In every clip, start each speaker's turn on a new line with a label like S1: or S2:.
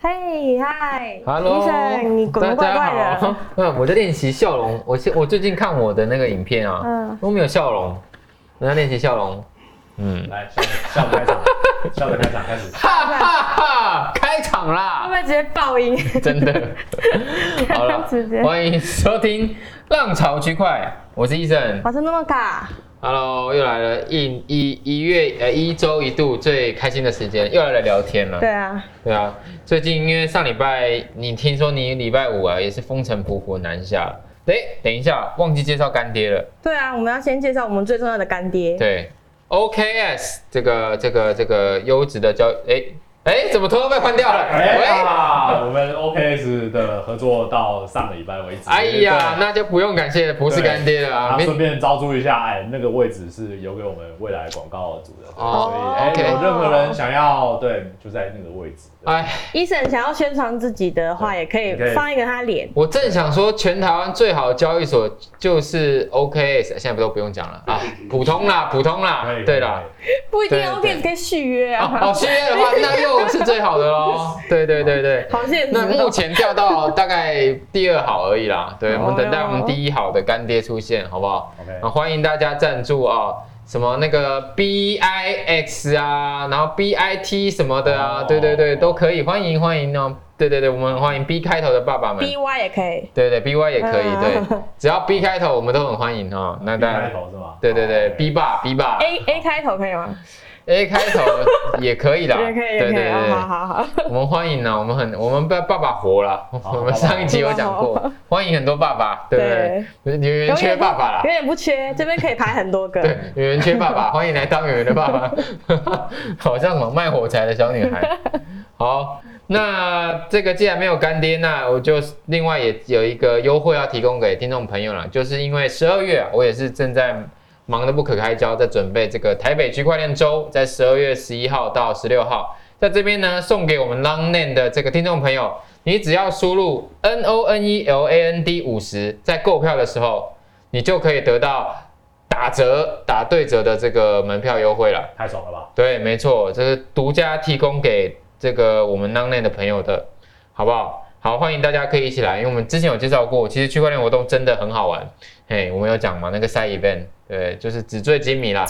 S1: 嗨嗨
S2: Hello，
S1: 医生，你滚得怪怪
S2: 大家好
S1: 的。。
S2: 嗯，我在练习笑容。我现我最近看我的那个影片啊，
S1: 嗯
S2: 都没有笑容，我在练习笑容。嗯，
S3: 来，笑的开场，笑的开场开始。
S2: 哈哈哈，开场
S1: 会不
S2: 啦，
S1: 会直接爆音？
S2: 真 的。好了
S1: 直接，
S2: 欢迎收听《浪潮区块》，我是医生。
S1: 我是诺诺卡，
S2: Hello，又来了一一一月呃一周一度最开心的时间，又来了聊天了。
S1: 对啊，
S2: 对啊，最近因为上礼拜你听说你礼拜五啊也是风尘仆仆南下，哎、等一下忘记介绍干爹了，
S1: 对啊，我们要先介绍我们最重要的干爹。
S2: 对，OKS 这个这个这个优质的交，哎、哎、怎么通通被换掉了？
S3: 哎
S2: 喂，
S3: 呀，我们 OKS 的合作到上个礼拜为止。
S2: 哎呀，
S3: 对
S2: 那就不用感谢不是干爹了啊，
S3: 啊，
S2: 没
S3: 顺便招租一下，哎，那个位置是留给我们未来广告组的，对
S2: 哦
S3: 所以哎，
S2: OK
S3: 有任何人想要，对，就在那个位置。对
S2: 哎，
S1: 医生想要宣传自己的话，
S3: 对
S1: 也可以
S3: 你可以
S1: 放一个他脸。
S2: 我正想说全台湾最好的交易所就是 OKS，现在不都不用讲了啊，普通啦，普通啦
S3: 可以可以，
S2: 对啦。
S1: 不一定
S2: 对对
S1: OK，你可以续约
S2: 哦，
S1: 啊
S2: 哦，。续约的话，那又是最好的喽。对对对对。
S1: 好现实
S2: 那
S1: 哦
S2: 目。前掉到大概第二好而已啦，对，我们等待我们第一好的干爹出现，好不好？
S3: OK
S2: 啊，欢迎大家赞助啊、什么那个 B I X 啊，然后 B I T 什么的啊，
S3: 哦
S2: 对对对，都可以，欢迎欢迎哦，对对对，我们欢迎 B 开头的爸爸们，
S1: B Y 也可以，
S2: 对对 B Y 也可以，
S1: 嗯
S2: 对，只要 B 开头我们都很欢迎哦，那
S3: ，B
S2: 大
S3: 开
S2: 家。
S3: 头是吗？
S2: 对对对
S3: 哦
S2: ，B 爸 B 爸
S1: A A 开头可以吗？
S2: A 开头也可以啦，
S1: 也可以，也
S2: 啊对对
S1: 可以，
S2: 对
S1: 哦，好好好。
S2: 我们欢迎呢，啊我们很我们爸爸爸活了，
S3: 哦
S2: 我们上一集有讲
S1: 爸爸
S2: 过，欢迎很多爸爸，对不对？有人缺爸爸啦
S1: 有，点不缺，这边可以排很多个。
S2: 对，有人缺爸爸，欢迎来当有人的爸爸， 好像什么卖火柴的小女孩。好，那这个既然没有干爹，那我就另外也有一个优惠要提供给听众朋友了，就是因为十二月啊我也是正在忙得不可开交，在准备这个台北区块链周，在十二月十一号到十六号，在这边呢送给我们 Long Name 的这个听众朋友，你只要输入 N O N E L A N D 五十，在购票的时候，你就可以得到打折、打对折的这个门票优惠了。
S3: 太爽了吧？
S2: 对，没错，这是独家提供给这个我们 None 的朋友的，好不好？好，欢迎大家可以一起来，因为我们之前有介绍过，其实区块链活动真的很好玩。嘿，我们有讲嘛，那个 side event，对，就是纸醉金迷啦。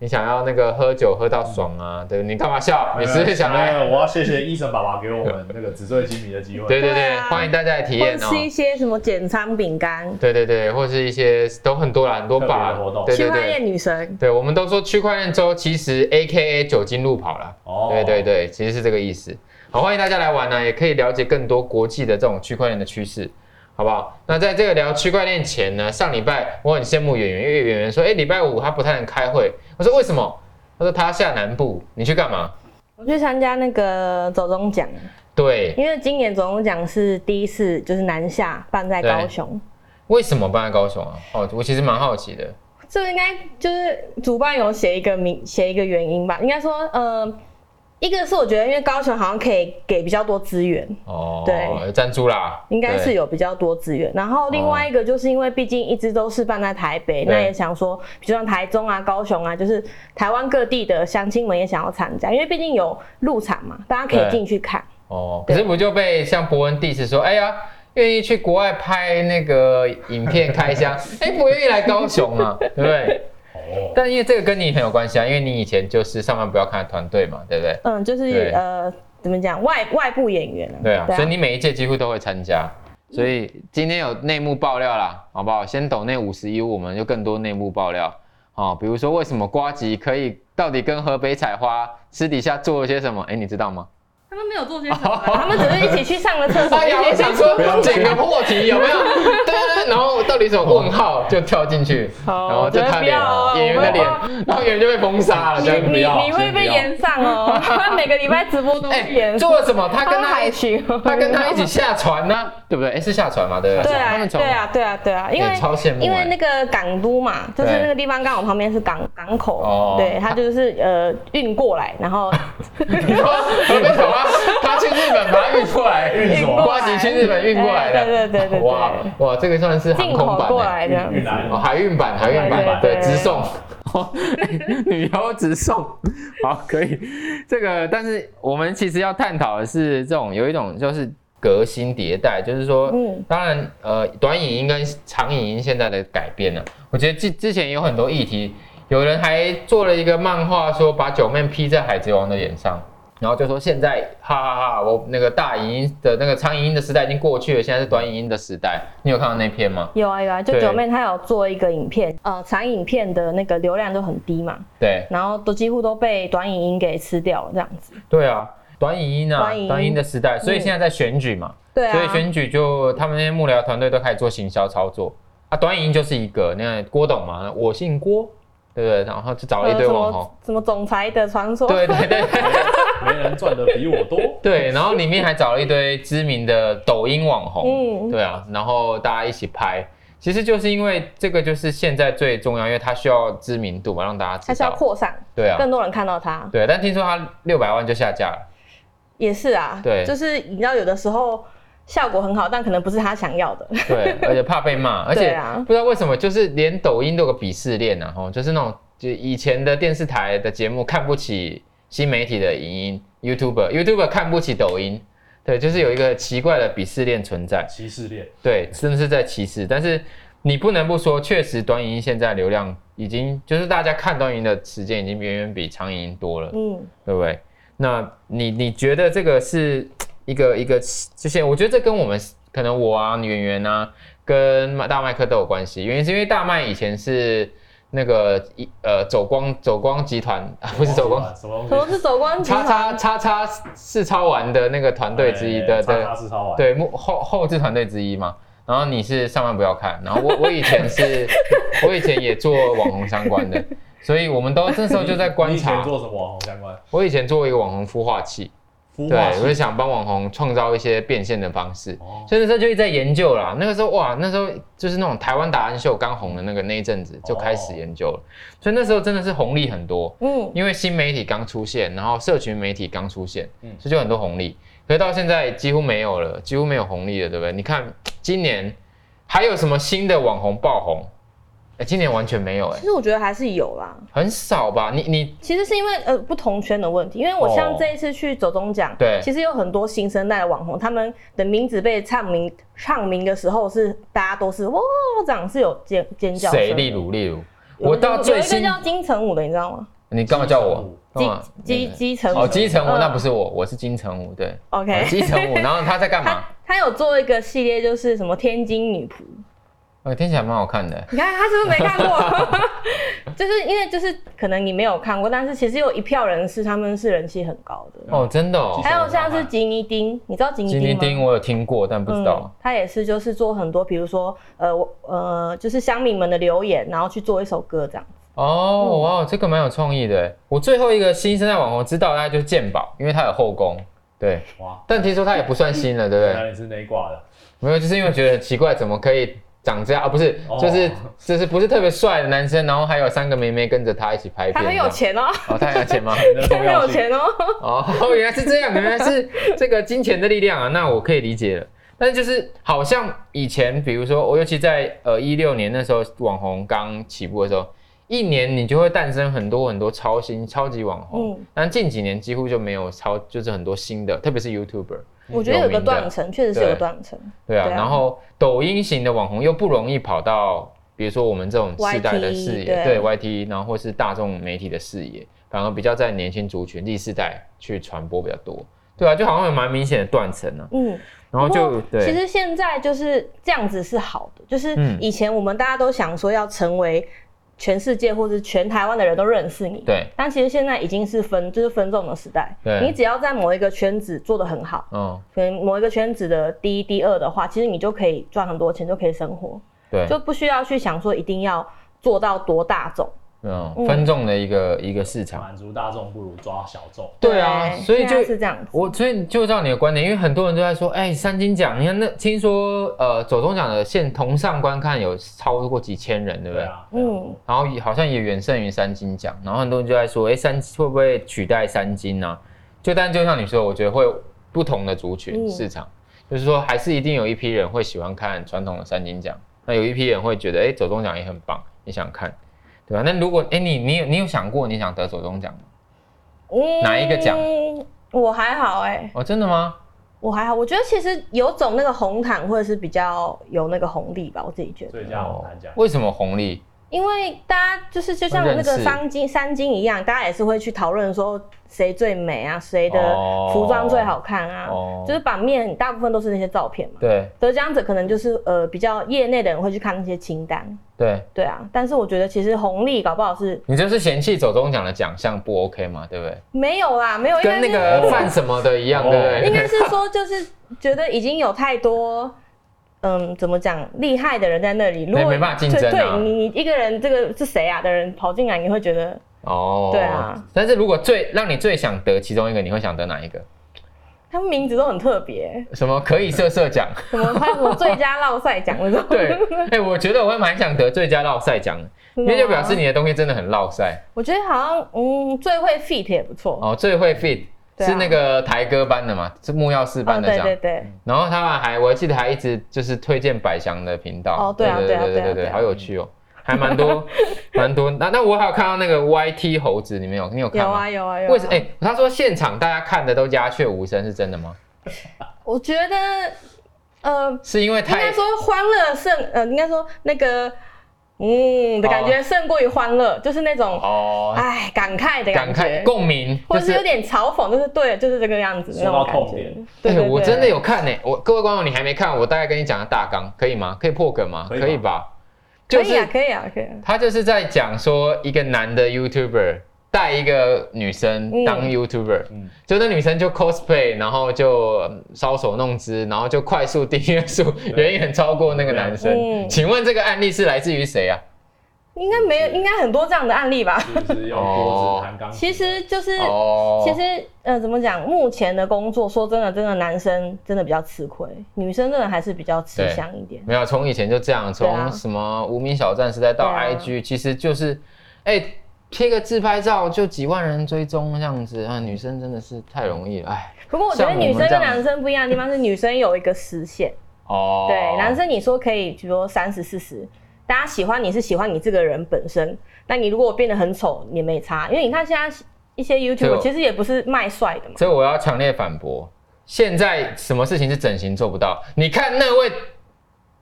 S2: 你想要那个喝酒喝到爽啊？对，你干嘛笑？你是不是想
S3: 没有
S2: 来？
S3: 没有哎我要谢谢医生爸爸给我们那个纸醉金迷的机会。
S2: 对对
S1: 对
S2: 对，
S1: 啊
S2: 欢迎大家来体
S1: 或者
S2: 验哦
S1: 吃。一些什么减仓饼干，
S2: 对对对，或是一些都很多啦，很多
S3: 特别的
S2: 吧
S3: 活动。
S2: 对
S1: 区
S2: 对
S1: 块
S2: 对，
S1: 链女神。
S2: 对，我们都说区块链周其实 A K A 酒精路跑啦。
S3: 哦
S2: 对对对，其实是这个意思。好，欢迎大家来玩呢、啊也可以了解更多国际的这种区块链的趋势，好不好？那在这个聊区块链前呢，上礼拜我很羡慕演员，因为演员说，哎、礼拜五他不太能开会。我说为什么？他说他要下南部，你去干嘛？
S1: 我去参加那个走中奖，
S2: 对，
S1: 因为今年走中奖是第一次，就是南下办在高雄。
S2: 为什么搬来高雄啊？哦，我其实蛮好奇的。
S1: 这个应该就是主办有写一个名，写一个原因吧。应该说，呃，一个是我觉得，因为高雄好像可以给比较多资源，
S2: 哦，
S1: 对
S2: 有赞助啦，
S1: 应该是
S2: 有。
S1: 有比较多资源。然后另外一个就是因为毕竟一直都是办在台北，
S2: 对
S1: 那也想说，比如像台中啊、高雄啊，就是台湾各地的乡亲们也想要参加，因为毕竟有入场嘛，大家可以
S2: 对
S1: 进去看。
S2: 哦，可
S1: 对
S2: 是不就被像伯恩第一次说，哎呀，愿意去国外拍那个影片开箱，哎，不愿意来高雄啊，对不对？
S3: 哦，
S2: 但因为这个跟你很有关系啊，因为你以前就是上班不要看的团队嘛，对不对？
S1: 嗯，就是
S2: 对
S1: 呃，怎么讲，外外部演员啊嗯
S2: 对啊，所以你每一届几乎都会参加。所以今天有内幕爆料啦，好不好？先抖内五十一，我们就更多内幕爆料哦。比如说为什么瓜吉可以到底跟河北采花私底下做了些什么？哎，你知道吗？
S1: 他们没有做些什么啊，他们只是一起去上了厕所。
S2: 哎呀，
S1: 一
S2: 我
S1: 起去
S2: 想说
S3: 不要
S2: 整个破题有没有？ 对对对，然后到底什么问号就跳进去，
S1: 哦
S2: 然后就
S1: 真的
S2: 他
S1: 不要
S2: 脸
S1: 哦
S2: 演员的脸
S1: 我们，
S2: 然后演员就被封杀了，这样
S1: 你
S3: 先不
S1: 你
S3: 要
S1: 你会被
S3: 先不要
S1: 延上 哦，他们每个礼拜直播都
S2: 哎、
S1: 会延上。
S2: 做了什么？他跟
S1: 他们
S2: 他
S1: 海巡，
S2: 他跟他一起下船呢、对不对？哎、是下船嘛，对不对？
S1: 对
S2: 他
S1: 啊，
S2: 们从
S1: 对啊，对啊，对啊，因为
S2: 哎超羡慕
S1: 因为
S2: 哎
S1: 那个港都嘛，就是
S2: 对
S1: 那个地方刚好旁边是港港口，
S2: 哦
S1: 对，它就是呃运过来，然 后
S2: 你说河北省吗？他去日 本把它运过来，
S3: 运过来
S2: 瓜吉去日本运过来的，
S1: 哎对对对对对
S2: 哇哇，这个算是航
S1: 进
S2: 空
S1: 口
S2: 版
S1: 过
S2: 哎
S1: 来这样
S3: 运
S1: 子。
S3: 来
S2: 哦，海运版，海运
S3: 海运
S2: 版，
S3: 版
S2: 对，
S1: 对
S2: 直送。哦 旅游直送，好，可以。这个，但是我们其实要探讨的是这种有一种就是革新迭代，就是说，
S1: 嗯
S2: 当然，呃，短影音跟长影音现在的改变呢，我觉得之之前有很多议题，有人还做了一个漫画，说把九面披在海贼王的脸上，然后就说现在哈哈哈我那个大影音的那个长影音的时代已经过去了，现在是短影音的时代。你有看到那篇吗？
S1: 有啊有啊，就
S2: 对
S1: 九妹她有做一个影片，呃，长影片的那个流量都很低嘛，
S2: 对，
S1: 然后都几乎都被短影音给吃掉了这样子。
S2: 对啊，短影音啊，
S1: 短影音嗯
S2: 的时代，所以现在在选举嘛，
S1: 对啊，
S2: 所以选举就他们那些幕僚团队都开始做行销操作啊，短影音就是一个，那个郭董嘛，我姓郭，对不对？然后就找了一
S1: 呃
S2: 堆
S1: 什
S2: 网红
S1: 么，什么总裁的传说，
S2: 对对对。
S3: 没人赚的比我多
S2: 对，然后里面还找了一堆知名的抖音网红，
S1: 嗯
S2: 对啊，然后大家一起拍。其实就是因为这个，就是现在最重要，因为它需要知名度嘛，让大家
S1: 它
S2: 知
S1: 是要
S2: 道。
S1: 扩散，
S2: 对啊，
S1: 更多人看到它。
S2: 对，但听说它六百万就下架了。
S1: 也是啊，
S2: 对
S1: 就是你知道有的时候效果很好，但可能不是他想要 的。
S2: 对，而且怕被骂，而
S1: 对
S2: 且
S1: 啊
S2: 不知道为什么，就是连抖音都有个鄙视链啊，吼，就是那种就以前的电视台的节目看不起新媒体的影音 YouTuber，YouTuber 看不起抖音，对，就是有一个奇怪的鄙视链存在，
S3: 歧视链，
S2: 对，真的是在歧视。但是你不能不说，确实短影音现在流量已经就是大家看短影音的时间已经远远比长影音多了，
S1: 嗯，
S2: 对不对？那你你觉得这个是一个一个就现，我觉得这跟我们可能我啊、圆圆啊，跟麦大麦克都有关系。原因是因为大麦以前是那个一呃走光走光集团， 啊、不是走光，
S3: 什么
S1: 什
S3: 东
S1: 么
S3: 西？
S1: 是走光集
S2: 叉
S1: 团？
S2: 叉叉叉是超玩的那个团队之一的
S3: 哦叉
S2: 的
S3: 叉是超玩，
S2: 对幕后后置团队之一嘛。然后你是上班不要看，然后我我以前是， 我以前也做网红相关的，所以我们都这时候就在观
S3: 你以
S2: 察
S3: 前。做什么网红相关？
S2: 我以前做一个网红孵化器，
S3: 孵
S2: 对
S3: 化，
S2: 我
S3: 器
S2: 就想帮网红创造一些变现的方式，
S3: 哦
S2: 所以那时候就一直在研究啦。那个时候哇，那时候就是那种台湾达人秀刚红的那个那一阵
S3: 哦
S2: 子就开始研究了，所以那时候真的是红利很多，
S1: 嗯，
S2: 因为新媒体刚出现，然后社群媒体刚出现，
S3: 嗯
S2: 所以就很多红利。可是到现在几乎没有了，几乎没有红利了，对不对？你看今年还有什么新的网红爆红？哎、今年完全没有、哎
S1: 其，实我觉得还是有啦。
S2: 很少吧？你你
S1: 其实是因为呃不同圈的问题，因为我
S3: 哦
S1: 像这一次去走中奖，
S2: 对
S1: 其实有很多新生代的网红，他们的名字被唱名唱名的时候是大家都是哇这样是有尖尖叫声
S2: 谁？
S1: 有
S2: 例如例如，
S1: 有
S2: 我到最
S1: 有一
S2: 新
S1: 个，叫金城武的，你知道吗？
S2: 你干嘛叫我？哦干
S1: 金
S2: 嘛
S1: 金金城
S2: 哦，
S1: 武
S2: 金城武
S1: 嗯
S2: 那不是我，我是金城武，对，哦
S1: ，OK，
S2: 金城武。然后他在 干
S1: 他
S2: 嘛？
S1: 他有做一个系列，就是什么天津女仆，
S2: 哦，听起来蛮好看的。
S1: 你看他是不是没看过？ 就是因为就是可能你没有看过，但是其实有一票人是他们是人气很高的。
S2: 哦，真的哦
S3: 其实。
S1: 还有像是吉尼丁，你知道吉尼
S2: 金
S1: 嗯
S2: 丁
S1: 丁
S2: 丁
S1: 吗？嗯
S2: 我有听过，但不知道。
S1: 他也是就是做很多，比如说呃我呃就是乡民们的留言，然后去做一首歌这样。嗯
S2: 哦，哇，这个蛮有创意的。我最后一个新生代网红知道，大概就是鉴宝，因为他有后宫。对，
S3: 哇，
S2: 但听说他也不算新了，对不
S3: 原
S1: 嗯
S2: 对？
S3: 来你是内挂的，
S2: 没有，就是因为觉得很奇怪，怎么可以长这样啊？不是，
S3: 哦
S2: 就是就是不是特别帅的男生，然后还有三个妹妹跟着他一起拍片。
S1: 他很有钱哦，
S2: 这样。哦，他很有钱吗？
S3: 你
S1: 他
S3: 的重
S1: 很
S3: 要
S1: 有
S3: 性。
S1: 钱哦。
S2: 哦，原来是这样，原来是这个金钱的力量啊，那我可以理解了。但是就是好像以前，比如说我，尤其在呃一六年那时候网红刚起步的时候，一年你就会诞生很多很多超新超级网红。
S1: 嗯
S2: 但近几年几乎就没有超，就是很多新的，特别是 YouTuber，
S1: 我觉得有
S2: 有
S1: 个
S2: 名的
S1: 断层，确实是有个
S2: 对
S1: 断层。
S2: 对啊。
S1: 对啊
S2: 然后抖音型的网红又不容易跑到，比如说我们这种世代的
S1: YT
S2: 视野，对
S1: 对
S2: YT，然后或是大众媒体的视野，反而比较在年轻族群、第四代去传播比较多。对啊，就好像有蛮明显的断层啊。
S1: 嗯，
S2: 然后就
S1: 不过其
S2: 对，
S1: 实现在就是这样子是好的，就是
S2: 嗯
S1: 以前我们大家都想说要成为全世界或者全台湾的人都认识你，
S2: 对，
S1: 但其实现在已经是分就是分众的时代
S2: 对，
S1: 你只要在某一个圈子做得很好，
S2: 嗯，
S1: 可能某一个圈子的第一、第二的话，其实你就可以赚很多钱，就可以生活，
S2: 对，
S1: 就不需要去想说一定要做到多大众。
S2: 嗯，
S1: 嗯
S2: 分众的一个一个市场。
S3: 满足大众不如抓小众，
S2: 对啊，所以
S1: 现在
S2: 就是
S1: 这样子。
S2: 我所以就照你的观点，因为很多人都在说，哎、三金奖，你看那听说呃走中奖的现同上观看有超过几千人，对不
S3: 对
S2: 对？
S3: 啊，
S1: 嗯
S3: 嗯，
S2: 然后也好像也远胜于三金奖，然后很多人就在说，哎、三会不会取代三金呢、啊？就但就像你说，我觉得会有不同的族群
S1: 嗯
S2: 市场，就是说还是一定有一批人会喜欢看传统的三金奖，那有一批人会觉得，哎、走中奖也很棒，也想看。对吧、那如果哎、诶你你有你有想过你想得左中奖吗？
S1: 嗯
S2: 哪一个奖？
S1: 我还好哎、
S2: 哦，真的吗？
S1: 我还好，我觉得其实有走那个红毯或者是比较有那个红利吧，我自己觉得，
S3: 最佳红毯奖。
S2: 为什么红利？
S1: 因为大家就是就像
S2: 认识
S1: 那个三金三金一样，大家也是会去讨论说谁最美啊，谁的
S2: 哦
S1: 服装最好看啊，
S2: 哦
S1: 就是版面大部分都是那些照片嘛。
S2: 对
S1: 得奖者可能就是呃比较业内的人会去看那些清单，
S2: 对，
S1: 对啊，但是我觉得其实红利搞不好是
S2: 你就是嫌弃走中奖的奖项不 OK 嘛，对不对？
S1: 没有啦，没有，应该
S2: 跟
S1: 是
S2: 那个犯什么的一样，
S3: 哦
S2: 对不对？
S1: 应该是说，就是觉得已经有太多，嗯，怎么讲，厉害的人在那里。如果
S2: 没办法竞争啊
S1: 对对你你一个人，这个是谁啊的人跑进来，你会觉得
S2: 哦，
S1: 对啊。
S2: 但是如果最让你最想得其中一个，你会想得哪一个？
S1: 他们名字都很特别，
S2: 什么可以色色奖？
S1: 什么还有什么最佳绕赛奖那种。
S2: 对，哎、我觉得我会蛮想得最佳绕赛奖的， 因
S1: 真的吗
S2: 为就表示你的东西真的很绕赛
S1: 我觉得好像嗯，最会 fit 也不错。
S2: 哦。最会 fit、
S1: 对啊
S2: 是那个台哥班的嘛，是木曜四班的
S1: 哦对
S2: 奖。
S1: 对对，
S2: 然后他们还我记得还一直就是推荐百祥的频道。
S1: 哦对啊
S2: 对
S1: 对啊
S2: 对
S1: 对啊
S2: 对
S1: 对啊
S2: 好有趣哦，还 蛮多蛮多。那那我还有看到那个 YT 猴子，你们有你有看
S1: 有
S2: 吗？
S1: 啊有啊有啊。
S2: 为什么？哎、他说现场大家看的都鸦雀无声，是真的吗？
S1: 我觉得呃，
S2: 是因为
S1: 应
S2: 太
S1: 该说欢乐胜呃，应该说那个嗯的感觉胜过于欢乐，就是那种
S2: 哦
S1: 哎，感慨的
S2: 感
S1: 感
S2: 慨
S1: 觉，
S2: 共鸣，
S1: 或
S2: 就
S1: 者是有点嘲讽，就是对，就是这个样子
S3: 说
S1: 那种
S3: 到
S1: 感
S3: 痛
S1: 觉
S3: 点。
S1: 对
S2: 哎
S1: 对对，
S2: 我真的有看呢、我各位观众你还没看，我大概跟你讲的大纲可以吗？可以破梗吗？
S3: 可以吧
S2: 可以吧？
S1: 可
S2: 就
S1: 以
S2: 是
S1: 啊，可以啊，可以啊。
S2: 他就是在讲说一个男的 YouTuber 带一个女生
S1: 嗯
S2: 当 YouTuber，
S3: 嗯，
S2: 就那女生就 cosplay，然后就嗯搔首弄姿，然后就快速订阅数远远超过那个男生。
S1: 嗯
S2: 请问这个案例是来自于谁啊？
S1: 应该没有，应该很多这样的案例吧。
S3: 是不是用锅子弹钢琴
S1: 其
S3: 的？
S1: 实就是，
S2: 哦
S1: 其实呃，怎么讲？目前的工作，说真的，真的男生真的比较吃亏，女生真的还是比较吃香一点。
S2: 没有，啊从以前就这样，
S1: 对啊
S2: 从什么无名小站时代到
S1: 对啊
S2: IG，、其实就是，哎、贴个自拍照就几万人追踪这样子啊，女生真的是太容易了，哎，
S1: 不过我觉得
S2: 像我们
S1: 女生
S2: 这
S1: 跟
S2: 样
S1: 男生不一样的地方是，女生有一个时限。
S2: 哦，
S1: 对，男生你说可以，比如说三十、四十，大家喜欢你是喜欢你这个人本身。那你如果变得很丑，也没差，因为你看现在一些
S2: 就
S1: YouTube 其实也不是卖帅的嘛。
S2: 这我要强烈反驳，现在什么事情是整形做不到？你看那位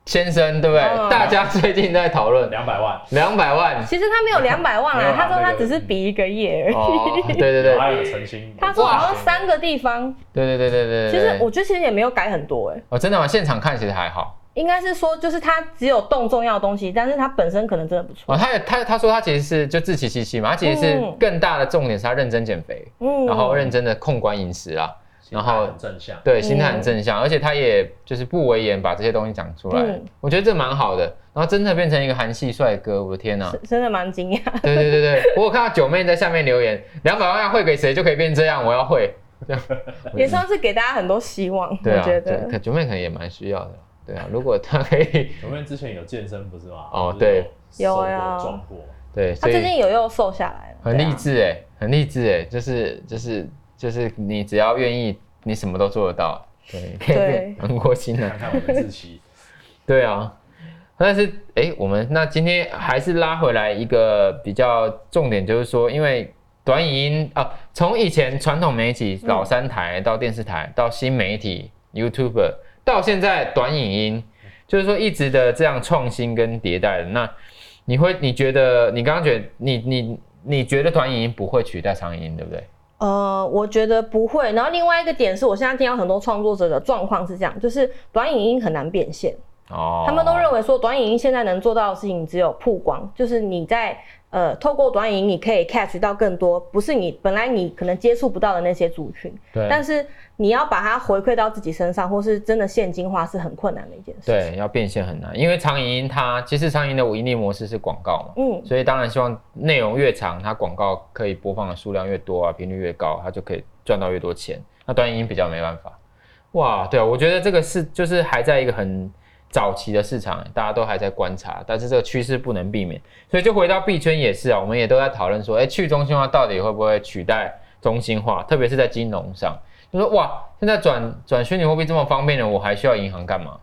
S2: 先生，对不对？
S1: 嗯
S2: 大家最近在讨论
S3: 两百万，
S2: 两 百万，
S1: 其实他没有两百万
S3: 没有
S1: 啊，
S3: 啊
S1: 他说他
S3: 那个
S1: 只是比一个月而已。
S2: 哦，对对对，
S3: 还有澄清。
S1: 他说
S2: 哇
S1: 好像三个地方，
S2: 对对对对对对，
S1: 其实
S2: 我
S1: 我觉得其实也没有改很多哎、
S2: 哦真的吗？现场看其实还好。
S1: 应该是说就是他只有动重要的东西，但是他本身可能真的不错。
S2: 哦，他也他他说他其实是就自欺欺欺嘛，他其实是
S1: 嗯
S2: 更大的重点是他认真减肥，
S1: 嗯
S2: 然后认真的控管饮食啊，然后
S3: 很正向，
S1: 嗯
S2: 对，心态很正向，而且他也就是不为言把这些东西讲出来，
S1: 嗯
S2: 我觉得这蛮好的。然后真的变成一个韩系帅哥，我的天呐、啊
S1: 真真的蛮惊讶。
S2: 对对对对， 我有看到九妹在下面留言，两百万要汇给谁就可以变这样，我要汇。
S1: 也算是给大家很多希望，
S2: 对
S1: 我
S2: 啊，
S1: 觉
S2: 对
S1: 得
S2: 可九妹可能也蛮需要的。对啊，如果他可以，
S3: 我们之前有健身不是吗？
S2: 哦
S3: 不是
S2: 对
S1: 有
S3: 瘦过
S1: 啊
S3: 壮过，
S2: 对，
S1: 他
S2: 所
S1: 啊最
S2: 以
S1: 近有又瘦下来了，
S2: 很
S1: 对啊
S2: 励志哎、很励志哎、就是就是就是你只要愿意，你什么都做得到。对，可以变 韩国新
S3: 看
S2: 的。
S3: 看我们 自己。
S2: 对啊，但是哎、诶我们那今天还是拉回来一个比较重点，就是说，因为短影音啊，从以前传统媒体老三台到电视台，到新媒体 YouTuber，到现在短影音，就是说一直的这样创新跟迭代的。那你会，你觉得你刚刚觉得你你你觉得短影音不会取代长影音，对不对？
S1: 呃，我觉得不会。然后另外一个点是我现在听到很多创作者的状况是这样，就是短影音很难变现，
S2: 哦，
S1: 他们都认为说短影音现在能做到的事情只有曝光，就是你在呃透过短影音你可以 catch 到更多，不是你本来你可能接触不到的那些族群，
S2: 对
S1: 但是你要把它回馈到自己身上，或是真的现金化是很困难的一件事。，
S2: 对，要变现很难，因为长影音它其实长影的盈利模式是广告嘛，
S1: 嗯，
S2: 所以当然希望内容越长，它广告可以播放的数量越多啊，频率越高，它就可以赚到越多钱。那短影音比较没办法。哇，对啊，我觉得这个是就是还在一个很早期的市场，大家都还在观察，但是这个趋势不能避免。所以就回到币圈也是啊，我们也都在讨论说，哎，去中心化到底会不会取代中心化，特别是在金融上，就说哇，现在转转虚拟货币这么方便了，我还需要银行干嘛？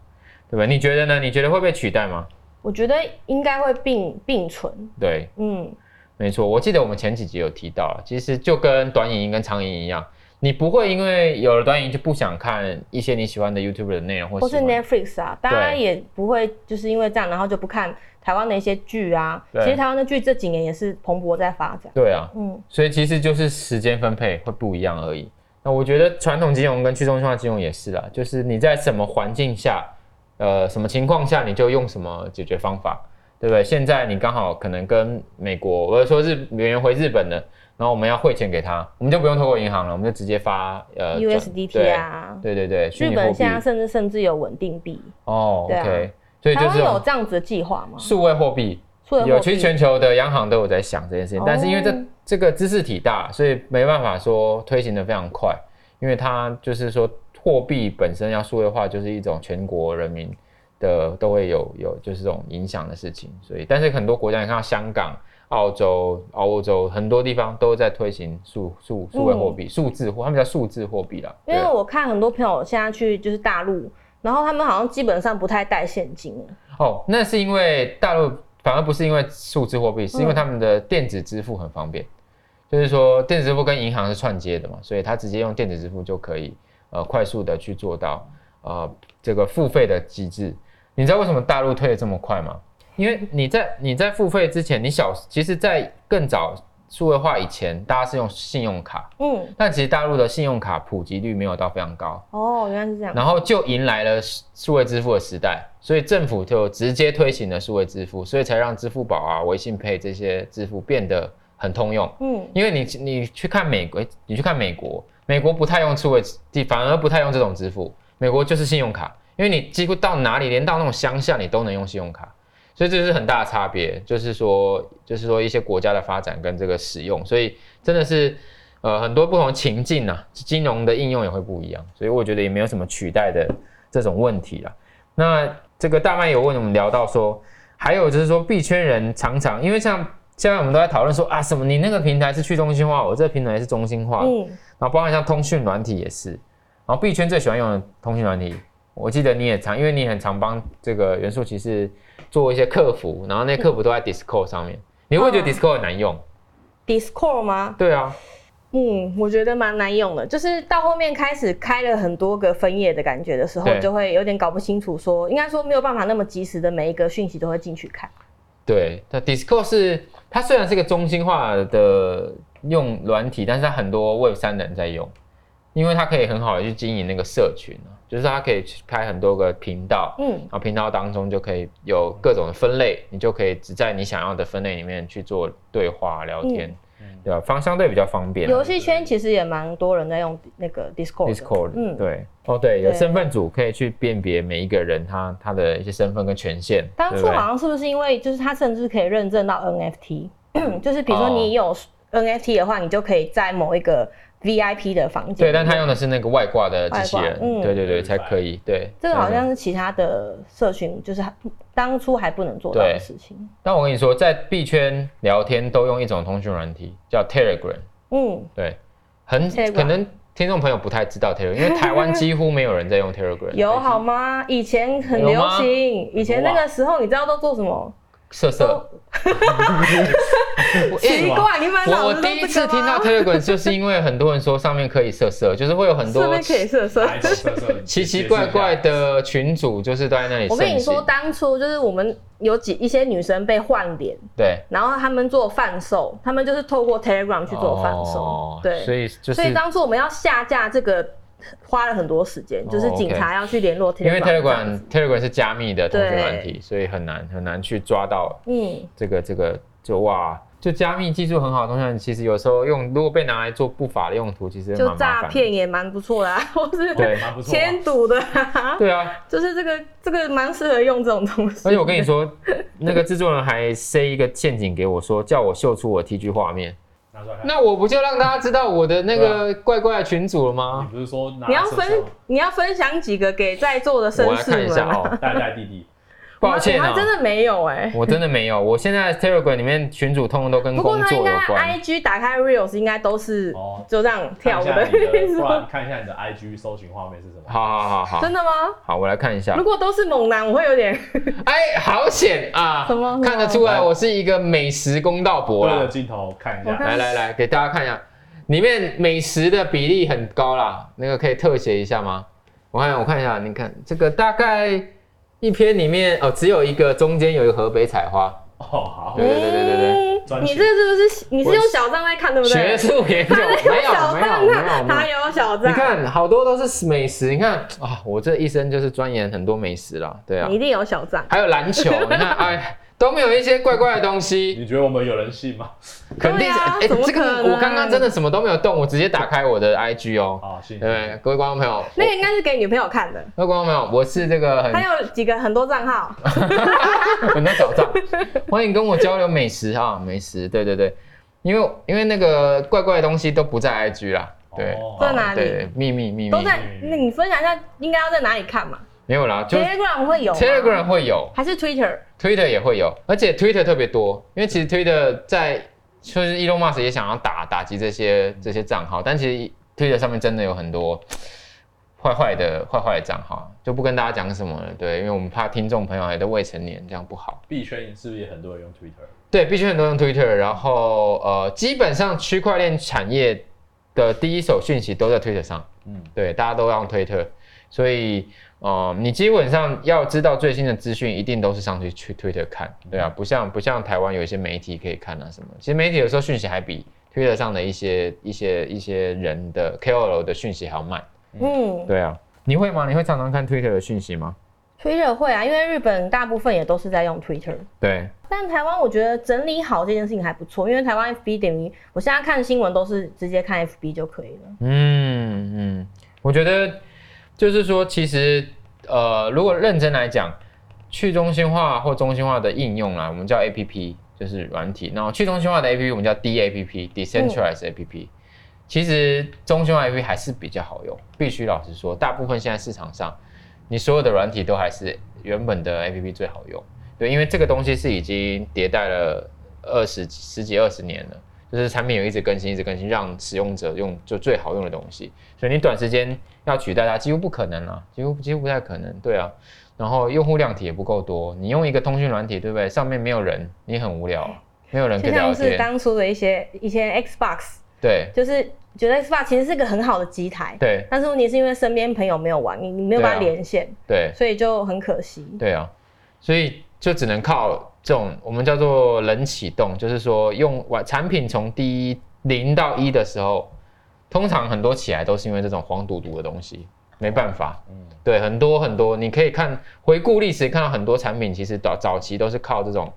S2: 对吧？你觉得呢？你觉得会被取代吗？
S1: 我觉得应该会并并存。
S2: 对，
S1: 嗯，
S2: 没错，我记得我们前几集有提到了，其实就跟短影音跟长影音一样，你不会因为有了短影音就不想看一些你喜欢的 YouTube 的内容，或
S1: 或是
S2: 喜欢
S1: Netflix 啊，大家
S2: 对
S1: 也不会就是因为这样，然后就不看台湾的一些剧啊。
S2: 对
S1: 其实台湾的剧这几年也是蓬勃在发展。
S2: 对啊，
S1: 嗯，
S2: 所以其实就是时间分配会不一样而已。那我觉得传统金融跟去中心化金融也是啊，就是你在什么环境下，呃，什么情况下你就用什么解决方法，对不对？现在你刚好可能跟美国，或者说日美元回日本的，然后我们要汇钱给他，我们就不用透过银行了，我们就直接发呃转
S1: USDT 啊，
S2: 对对对对，虚
S1: 日
S2: 拟货
S1: 本
S2: 币
S1: 现在甚至甚至有稳定币，
S2: 哦
S1: 对啊
S2: ，OK，所以
S1: 台
S2: 就
S1: 湾
S2: 是
S1: 有
S2: 用
S1: 这样子的计划吗？
S2: 数位货币。
S1: 数位货
S2: 有，
S1: 币
S2: 其实全球的央行都有在想这件事情，但是因为这
S1: 哦
S2: 这个知识体大，所以没办法说推行的非常快，因为它就是说货币本身要数位化，就是一种全国人民的都会有有就是这种影响的事情，所以但是很多国家你看到香港、澳洲、欧洲很多地方都在推行数数数
S1: 嗯
S2: 位货币、数字货，他们叫数字货币啦。
S1: 因
S2: 对
S1: 为我看很多朋友现在去就是大陆，然后他们好像基本上不太带现金了。
S2: 哦，那是因为大陆反而不是因为数字货币，是因为
S1: 嗯
S2: 他们的电子支付很方便，就是说电子支付跟银行是串接的嘛，所以他直接用电子支付就可以呃快速的去做到呃这个付费的机制。你知道为什么大陆推的这么快吗？因为你在你在付费之前，你小其实，在更早数位化以前，大家是用信用卡，
S1: 嗯，
S2: 但其实大陆的信用卡普及率没有到非常高，
S1: 哦，原来是这样。
S2: 然后就迎来了数位支付的时代，所以政府就直接推行了数位支付，所以才让支付宝啊、微信 Pay 这些支付变得很通用。
S1: 嗯，
S2: 因为你你去看美国，诶你去看美国，美国不太用数位，反而不太用这种支付，美国就是信用卡，因为你几乎到哪里，连到那种乡下你都能用信用卡，所以这就是很大的差别，就是说就是说一些国家的发展跟这个使用，所以真的是。呃，很多不同的情境啊，金融的应用也会不一样，所以我觉得也没有什么取代的这种问题啦。那这个大麦有问我们聊到说，还有就是说币圈人常常因为像现在我们都在讨论说啊什么你那个平台是去中心化，我这个平台是中心化，
S1: 嗯，
S2: 然后包含像通讯软体也是，然后币圈最喜欢用的通讯软体，我记得你也常因为你很常帮这个元素骑士做一些客服，然后那些客服都在 Discord 上面，你会不会觉得
S1: 哦
S2: Discord 很难用？
S1: Discord 吗？
S2: 嗯对啊，
S1: 嗯，我觉得蛮难用的，就是到后面开始开了很多个分页的感觉的时候
S2: 对，
S1: 就会有点搞不清楚说应该说没有办法那么及时的每一个讯息都会进去看。
S2: 对，那 Discord 是它虽然是一个中心化的用软体，但是它很多 Web 三人在用，因为它可以很好的去经营那个社群啊，就是它可以去开很多个频道，
S1: 嗯
S2: 然后频道当中就可以有各种的分类，你就可以只在你想要的分类里面去做对话聊天，
S3: 嗯
S2: 对吧？方相对比较方便啊。
S1: 游戏圈其实也蛮多人在用那个 Discord 的。
S2: Discord，
S1: 嗯
S2: 对，哦对，有
S1: 对
S2: 身份组可以去辨别每一个人他他的一些身份跟权限，
S1: 当
S2: 对
S1: 初
S2: 不对
S1: 好像是不是因为就是它甚至可以认证到 NFT，就是比如
S2: 哦
S1: 说你有 NFT 的话，你就可以在某一个 VIP 的房间。
S2: 对，但他用的是那个外挂的机器人
S1: 外，挂嗯
S2: 对对对，才可以。对，
S1: 这个好
S2: 对
S1: 像是其他的社群，就是还当初还不能做到
S2: 对
S1: 的事情。
S2: 但我跟你说，在币圈聊天都用一种通讯软体叫 Telegram，
S1: 嗯，
S2: 对，很
S1: Telegram
S2: 可能听众朋友不太知道 Telegram，因为台湾几乎没有人在用 Telegram，
S1: 有好吗？以前很
S2: 有
S1: 流
S2: 吗
S1: 行，以前那个时候你知道都做什么？
S2: 色
S1: 哦
S2: 色。我
S1: 奇怪，你满
S2: 我
S1: 脑
S2: 啊我
S1: 子都
S2: 第一
S1: 这
S2: 次
S1: 个
S2: 听到
S1: 吗？
S2: Telegram 就是因为很多人说上面可以色色，就是会有很
S1: 这
S2: 多哎
S1: 边可以色色。
S3: 来色色
S2: 奇奇怪怪，的群组，就是都在那里
S1: 我
S2: 盛行。
S1: 跟你说，当初就是我们有几一些女生被换脸，
S2: 对，
S1: 然后他们做贩售，他们就是透过 Telegram 去做贩售，
S2: 哦
S1: 对，
S2: 所以就是
S1: 所以当初我们要下架这个，花了很多时间，
S2: 哦
S1: 就是警察要去联络 Telegram，
S2: 因为
S1: 这样
S2: Telegram
S1: 子
S2: Telegram 是加密的通讯
S1: 对
S2: 软体，所以很难很难去抓到
S1: 嗯，
S2: 这个这个就哇，就加密技术很好的通讯软体，其实有时候用如果被拿来做不法的用途，其实蛮
S1: 就
S2: 麻烦
S1: 诈
S2: 的。
S1: 骗也蛮不错啦， 或是
S2: 对
S3: 蛮不错啊。
S1: 签赌的、啊，
S2: 对啊，
S1: 就是这个这个蛮适合用这种东西。
S2: 而且我跟你，说， 那个制作人还塞一个陷阱给我说，叫我秀出我 T G 画面，
S3: 拿出来看，
S2: 那我不就让大家知道我的那个
S1: 啊
S2: 怪怪的群组了
S3: 你
S2: 吗？
S3: 不是说拿
S1: 你要
S3: 色色
S1: 分
S3: 吗
S1: 你要分享几个给在座的绅
S2: 啊我来
S1: 士
S2: 看一
S1: 们
S2: 下
S1: 啊，
S2: 哦，
S3: 带带弟弟，
S2: 抱歉
S1: 我
S2: 啊、
S1: 妈真的没有哎、
S2: 我真的没有，我现在 Telegram 里面群主通通都跟
S1: 不过
S2: 工
S1: 他
S2: 作
S1: 应该
S2: 有关。
S1: IG 打开 Reels 应该都是
S3: 哦
S1: 就这样
S3: 看
S1: 跳
S3: 一
S1: 舞
S3: 下
S1: 的
S3: 你的，不
S1: 说
S3: 然看一下你的 IG 搜寻画面是什么。
S2: 好好好好，
S1: 真的吗？
S2: 好，我来看一下
S1: 如。果都是猛男，我会有点
S2: 哎，好险啊！
S1: 什么
S2: 看得出来我是一个美食公道伯
S3: 对着
S2: 啦。
S3: 镜头看一
S1: 我
S3: 下
S1: 看，
S2: 来来来，给大家看一下，里面美食的比例很高啦，那个可以特写一下吗？我看我看一下，你看这个大概一篇里面哦，只有一个中间有一个河北采花，
S3: 哦，好
S2: 对，对对对对
S1: 嗯
S3: 专
S1: 你
S3: 辑
S1: 这是不是你是用小账在看对不
S2: 学
S1: 对？
S2: 术研究
S1: 他
S2: 没有
S1: 在
S2: 没
S1: 用 小啊
S2: 有
S1: 账
S2: 没有
S1: 看，他
S2: 没
S1: 也
S2: 有。
S1: 有小账。
S2: 你，看，好多都是美食。你看啊，我这一生就是钻研很多美食啦，对啊
S1: 你一，定有小账。
S2: 还有篮球，你看，哎，都没有一些怪怪的东西。
S3: 你觉得我们有人信吗？
S2: 肯定是，
S1: 对啊
S2: 哎、
S1: 怎么
S2: 这
S1: 可
S2: 个
S1: 能
S2: 我刚刚真的什么都没有动，我直接打开我的 IG 哦，
S3: 好，啊信
S2: 对不。对？各位观众朋友，我
S1: 那个应该是给女朋友看的，
S2: 各位观众朋友，我是这个
S1: 他
S2: 很
S1: 有几个很多账号，
S2: 嗯很多小账，欢迎跟我交流美食哈、美食，对对对，因为因为那个怪怪的东西都不在 IG 啦，对，
S3: 哦
S1: 在哪里
S2: 对对，秘密秘密
S1: 都在。那你分享一下，应该要在哪里看嘛
S2: 没有啦，就
S1: ？Telegram 会有吗
S2: Telegram 会有
S1: 还是 Twitter？
S2: ，Twitter 也会有，而且 Twitter 特别多，因为其实 Twitter 在就是 Elon Musk 也想要打打击这些这些账号，但其实 Twitter 上面真的有很多坏坏的坏坏的账号，就不跟大家讲什么了，对，因为我们怕听众朋友还都未成年，这样不好。
S3: 币圈是不是也很多人用 Twitter？
S2: 对，必须很多用 Twitter，然后呃，基本上区块链产业的第一手讯息都在 Twitter 上。
S3: 嗯，
S2: 对，大家都要用推特，所以呃，你基本上要知道最新的资讯，一定都是上去去推特看，对啊，不像不像台湾有一些媒体可以看啊什么，其实媒体有时候讯息还比推特上的一些一些一些人的 KOL 的讯息还要慢，
S1: 嗯
S2: 对啊，你会吗？你会常常看推特的讯息吗？
S1: ，Twitter 会啊，因为日本大部分也都是在用 Twitter。
S2: 对，
S1: 但台湾我觉得整理好这件事情还不错，因为台湾 FB 等于我现在看新闻都是直接看 FB 就可以了。
S2: 嗯嗯，我觉得就是说，其实呃，如果认真来讲，去中心化或中心化的应用啊啦，我们叫 A P P，就是软体。然后去中心化的 A P P 我们叫 D A P P，Decentralized A P P。其实中心化 A P P 还是比较好用，必须老实说，大部分现在市场上，你所有的软体都还是原本的 A P P 最好用。对，因为这个东西是已经迭代了二十十几二十年了，就是产品有一直更新，一直更新，让使用者用就最好用的东西。所以你短时间要取代它，几乎不可能啊，几乎几乎不太可能。对啊，然后用户量体也不够多，你用一个通讯软体，对不对？上面没有人，你很无聊，没有人可
S1: 就
S2: 以聊
S1: 像是
S2: 天。
S1: 当初的一些以前 Xbox，
S2: 对
S1: 就是觉得 Xbox 其实是个很好的机台，
S2: 对
S1: 但是问题是因为身边朋友没有玩，你你没有办法
S2: 对啊
S1: 连线，
S2: 对
S1: 所以就很可惜。
S2: 对啊，所以就只能靠这种我们叫做冷启动，就是说用完产品从第一零到一的时候，通常很多起来都是因为这种黄赌毒的东西，没办法。
S3: 嗯，
S2: 对，很多很多，你可以看回顾历史，看到很多产品其实早早期都是靠这种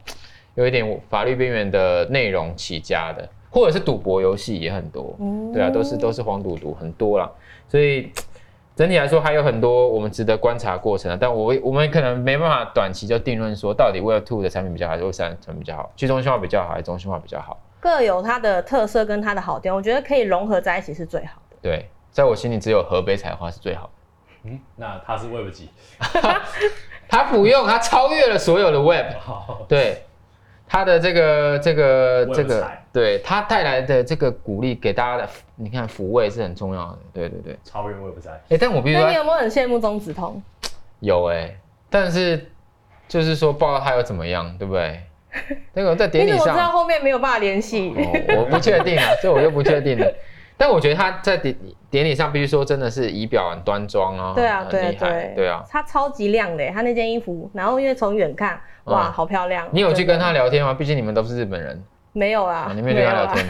S2: 有一点法律边缘的内容起家的，或者是赌博游戏也很多。
S1: 嗯
S2: 对啊，都是都是黄赌毒很多啦，所以整体来说还有很多我们值得观察的过程啊。但我我们可能没办法短期就定论说到底 Web Two 的产品比较好，还是 Web 三产品比较好，去中心化比较好，还是中心化比较好？
S1: 各有它的特色跟它的好点，我觉得可以融合在一起是最好的。
S2: 对，在我心里只有河北采花是最好的。
S3: 嗯，那他是 Web 几？
S2: 它不用，它超越了所有的 Web。
S3: 好，
S2: 对，它的这个这个
S3: 我有
S2: 这个
S3: 才，
S2: 对它带来的这个鼓励给大家的，你看抚慰是很重要的。对对对。
S3: 超越 Web 三。
S2: 哎、但我必须
S1: 那
S2: 说
S1: 你，有没有很羡慕中子通？
S2: 有哎、但是就是说报他又怎么样，对 不对？那个在典
S1: 你
S2: 礼
S1: 怎么知道
S2: 上，
S1: 后面没有办法联系？
S2: 哦我不确定 啊，这我就不确定了。但我觉得他在典典礼上，必须说真的是仪表很端庄啊，
S1: 对啊，
S2: 很
S1: 对啊
S2: 厉害
S1: 对，
S2: 对啊。
S1: 她超级亮的耶，欸她那件衣服，然后因为从远看，哇，
S2: 嗯
S1: 好漂亮。
S2: 你有去
S1: 真的
S2: 跟他聊天吗？毕竟你们都是日本人，
S1: 没有啦
S2: 啊，你没有去跟 他聊
S1: 啦。
S2: 天。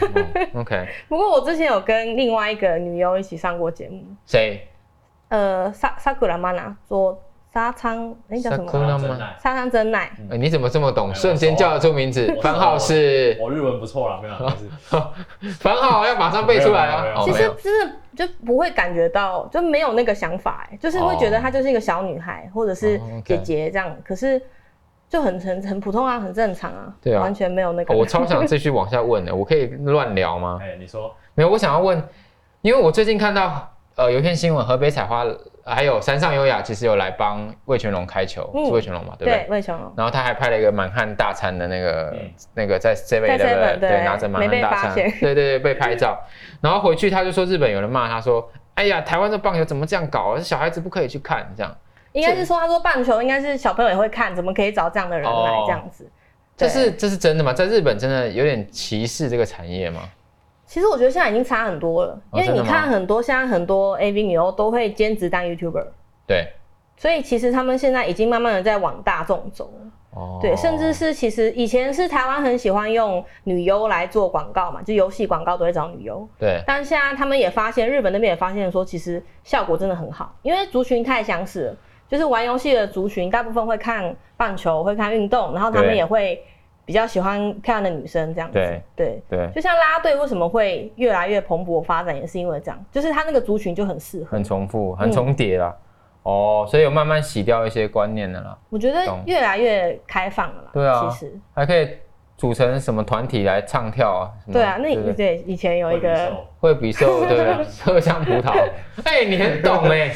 S2: 嗯 OK，
S1: 不过我之前有跟另外一个女优一起上过节目，
S2: 谁？
S1: 呃，沙沙库拉玛娜佐沙仓，那叫什么？啊
S2: Sakura-
S1: 沙仓真奈。
S2: 哎你怎么这么懂？
S3: 哎
S2: 瞬间叫得出名字
S3: 我熟，啊
S2: 番号是
S3: 我日文不错啦，没有啦，没事。
S2: 番号，要马上背出来
S3: 没有没有
S2: 啊！
S3: 没有
S2: 哦
S1: 其
S2: 没
S1: 实
S2: 有，
S1: 真的就不会感觉到，就没有那个想法，哎，就是会觉得她就是一个小女孩，或者是
S2: 哦
S1: 姐
S2: ，OK
S1: 姐这样。可是就很很很普通啊，很正常啊，
S2: 对啊
S1: 完全没有那个。
S2: 哦 我超想继续往下问的，我可以乱聊吗？
S3: 哎，你说
S2: 没有，我想要问，因为我最近看到呃有一篇新闻，河北采花还有山上优雅其实有来帮魏全龙开球，
S1: 嗯
S2: 是魏全龙嘛，对不对？
S1: 对，魏雄龙
S2: 然后他还拍了一个满汉大餐的那个、
S3: 嗯
S2: 那个在 Seven
S1: 在 Seven，
S2: Eleven 对
S1: 对
S2: 拿着满汉大餐，
S1: 没被发
S2: 对
S1: 现
S2: 对对被拍照，然后回去他就说日本有人骂他说，哎呀台湾的棒球怎么这样搞啊，小孩子不可以去看这样，
S1: 应该是说，他说棒球应该是小朋友也会看，怎么可以找这样的人来
S2: 哦
S1: 这样子？
S2: 这
S1: 对
S2: 是这是真的吗？在日本真的有点歧视这个产业吗？
S1: 其实我觉得现在已经差很多了，
S2: 哦
S1: 因为你
S2: 真的吗
S1: 看很多现在很多 AV 女优都会兼职当 YouTuber，
S2: 对，
S1: 所以其实他们现在已经慢慢的在往大众走了。
S2: 哦
S1: 对，甚至是其实以前是台湾很喜欢用女优来做广告嘛，就游戏广告都会找女优，
S2: 对
S1: 但现在他们也发现，日本那边也发现说，其实效果真的很好，因为族群太相似了，就是玩游戏的族群大部分会看棒球，会看运动，然后他们
S2: 对
S1: 也会比较喜欢漂亮的女生这样子。
S2: 对
S1: 对，
S2: 对，
S1: 就像啦啦队为什么会越来越蓬勃发展，也是因为这样，就是它那个族群就很适合。
S2: 很重复，
S1: 嗯
S2: 很重叠啦。哦，所以有慢慢洗掉一些观念的啦，
S1: 我觉得
S2: 懂
S1: 越来越开放了啦。
S2: 对啊
S1: 其实
S2: 还可以组成什么团体来唱跳啊？什么
S1: 对啊，那
S2: 不
S1: 你对以前有一个
S2: 惠 比寿对啊，麝香葡萄，哎、你很懂哎、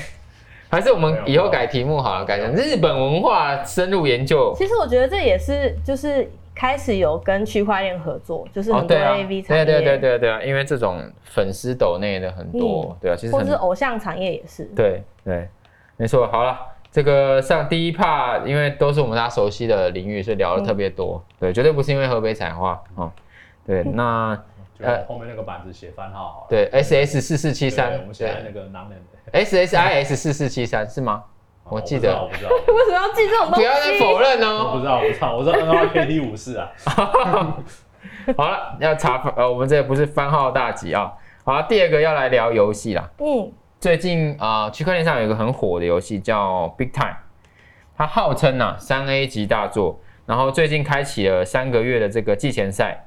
S2: 还是我们以后改题目好了，改成日本文化深入研究。
S1: 其实我觉得这也是就是开始有跟区块链合作，就是很多
S2: 对啊，
S1: AV 产
S2: 对
S1: 业，
S2: 对对对对啊，因为这种粉丝抖内的很多，
S1: 嗯
S2: 对啊，其实
S1: 或
S2: 很
S1: 是偶像产业也是。
S2: 对对，没错。好了，这个上第一 part，因为都是我们大家熟悉的领域，所以聊
S1: 嗯
S2: 的特别多。对，绝对不是因为河北彩花哦。对，
S1: 嗯
S2: 那
S3: 就我后面那个板子写番号好了。
S2: 呃对 S S 四四七
S3: 对，
S2: 三
S3: 我们写在那个男人的。
S2: ，S S I S 四四七三是吗？我记得
S3: 我不知道，
S1: 为什么要记这种东
S2: 不
S1: 西？
S2: 要再否认
S3: 我不
S2: 哦。
S3: 知道，我不知道，我不知道，我知道 N Y K T 五四啊，
S2: 好了，要查呃，我们这个不是番号大集啊。好，第二个要来聊游戏啦。
S1: 嗯，
S2: 最近啊，呃区块链上有一个很火的游戏叫 Big Time，它号称啊三 A 级大作，然后最近开启了三个月的这个季前赛，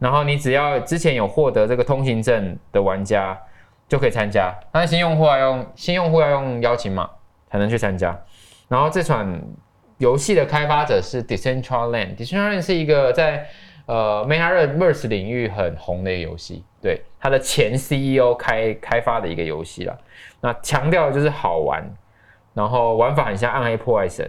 S2: 然后你只要之前有获得这个通行证的玩家就可以参加，但是新用户要用新用户要用邀请码才能去参加。然后这款游戏的开发者是 Decentraland，Decentraland 是一个在呃 MetaVerse 领域很红的一个游戏，对，它的前 CEO 开开发的一个游戏啦。那强调的就是好玩，然后玩法很像《暗黑破坏神》，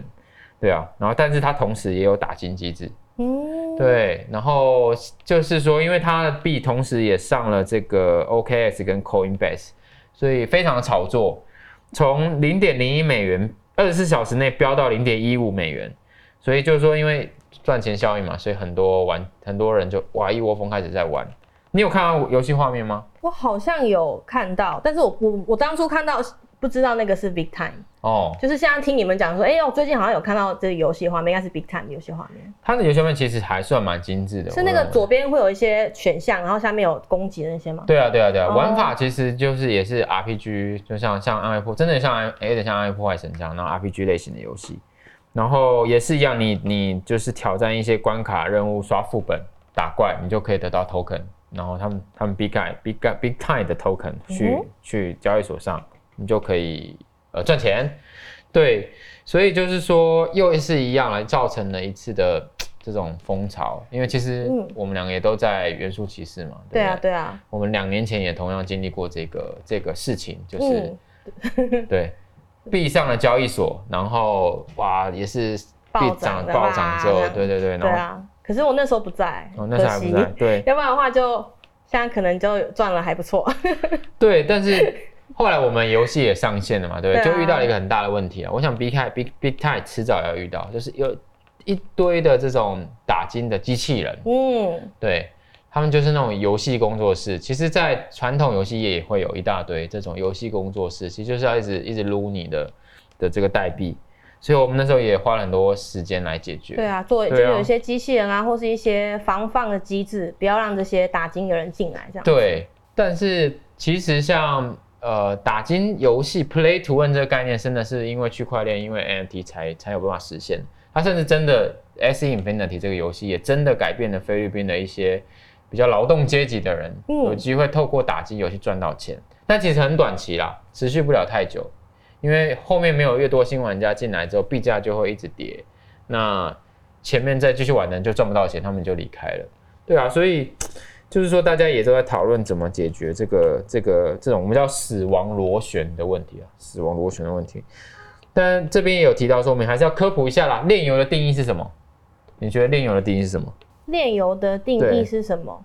S2: 对啊，然后但是它同时也有打金机制，
S1: 嗯，
S2: 对，然后就是说，因为它的币同时也上了这个 OKX 跟 Coinbase，所以非常的炒作，从零点零一美元二十四小时内飙到零点一五美元，所以就是说，因为赚钱效应嘛，所以很多玩很多人就哇一窝蜂开始在玩。你有看到游戏画面吗？
S1: 我好像有看到，但是我我我当初看到不知道那个是 Big Time，
S2: 哦，
S1: 就是现在听你们讲说，哎、我最近好像有看到这个游戏画面，应该是 Big Time 的游戏画面，
S2: 它的游戏画面其实还算蛮精致的，
S1: 是那个
S2: 我认为
S1: 左边会有一些选项，然后下面有攻击的那些吗？
S2: 对啊，对啊，对啊，
S1: 哦
S2: 玩法其实就是也是 RPG，就像像《暗黑破》，真的像暗有点像《暗黑破坏神》这样，然后 RPG 类型的游戏，然后也是一样，你你就是挑战一些关卡任务，刷副本打怪，你就可以得到 token，然后他们他们 big guy big guy big time 的 token 去、
S1: 嗯哼
S2: 去交易所上，你就可以呃赚钱，对，所以就是说又是一样来造成了一次的这种风潮，因为其实
S1: 嗯
S2: 我们两个也都在元素骑士嘛，不
S1: 对啊，对啊，
S2: 我们两年前也同样经历过这个这个事情，就是
S1: 嗯、，
S2: 对币上了交易所，然后哇也是币
S1: 暴
S2: 涨
S1: 涨的
S2: 暴涨之后
S1: 啦，
S2: 对对对，然后
S1: 对啊，可是我那时候不在，
S2: 哦那时候还
S1: 可惜
S2: 不在，对
S1: 要不然的话就现在可能就赚了还不错。
S2: 对，但是后来我们游戏也上线了嘛，对不对？
S1: 对啊
S2: 就遇到了一个很大的问题啊，我想 Big Time Big Big Time 迟早要遇到，就是有一堆的这种打金的机器人，
S1: 嗯，
S2: 对他们就是那种游戏工作室。其实，在传统游戏业也会有一大堆这种游戏工作室，其实就是要一直一直撸你的的这个代币。所以我们那时候也花了很多时间来解决。
S1: 对啊，做就
S2: 对啊
S1: 有一些机器人啊，或是一些防范的机制，不要让这些打金的人进来，这样。
S2: 对，但是其实像呃打金游戏 play to win 这个概念，真的是因为区块链，因为 NFT 才才有办法实现。它甚至真的 S E Infinity 这个游戏也真的改变了菲律宾的一些比较劳动阶级的人，
S1: 嗯
S2: 有机会透过打金游戏赚到钱。但其实很短期啦，持续不了太久，因为后面没有越多新玩家进来之后，币价就会一直跌。那前面再继续玩的人就赚不到钱，他们就离开了。对啊，所以就是说大家也都在讨论怎么解决这个这个这种我们叫死亡螺旋的问题啊，死亡螺旋的问题。但这边也有提到说，我们还是要科普一下啦，炼油的定义是什么？你觉得炼油的定义是什么？
S1: 炼油的定
S2: 对
S1: 义是什么？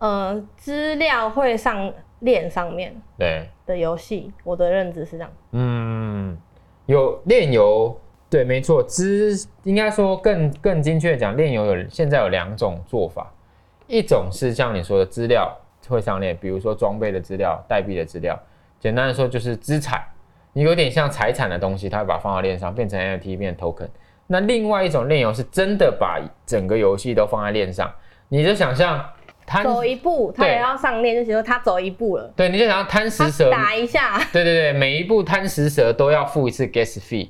S1: 呃，资料会上链上面
S2: 对，
S1: 的游戏，我的认知是这样。
S2: 嗯，有炼油，对，没错，资应该说更更精确地讲，炼油有现在有两种做法，一种是像你说的资料会上链，比如说装备的资料、代币的资料，简单的说就是资产，你有点像财产的东西，它会把它放到链上，变成 NFT 变成 token。那另外一种炼油是真的把整个游戏都放在链上，你就想象贪，
S1: 走一步，他
S2: 对
S1: 也要上链，就觉得他走一步了，
S2: 对，你就想象
S1: 他
S2: 贪食蛇
S1: 打一下，
S2: 对对对，每一部贪食蛇都要付一次 gas fee，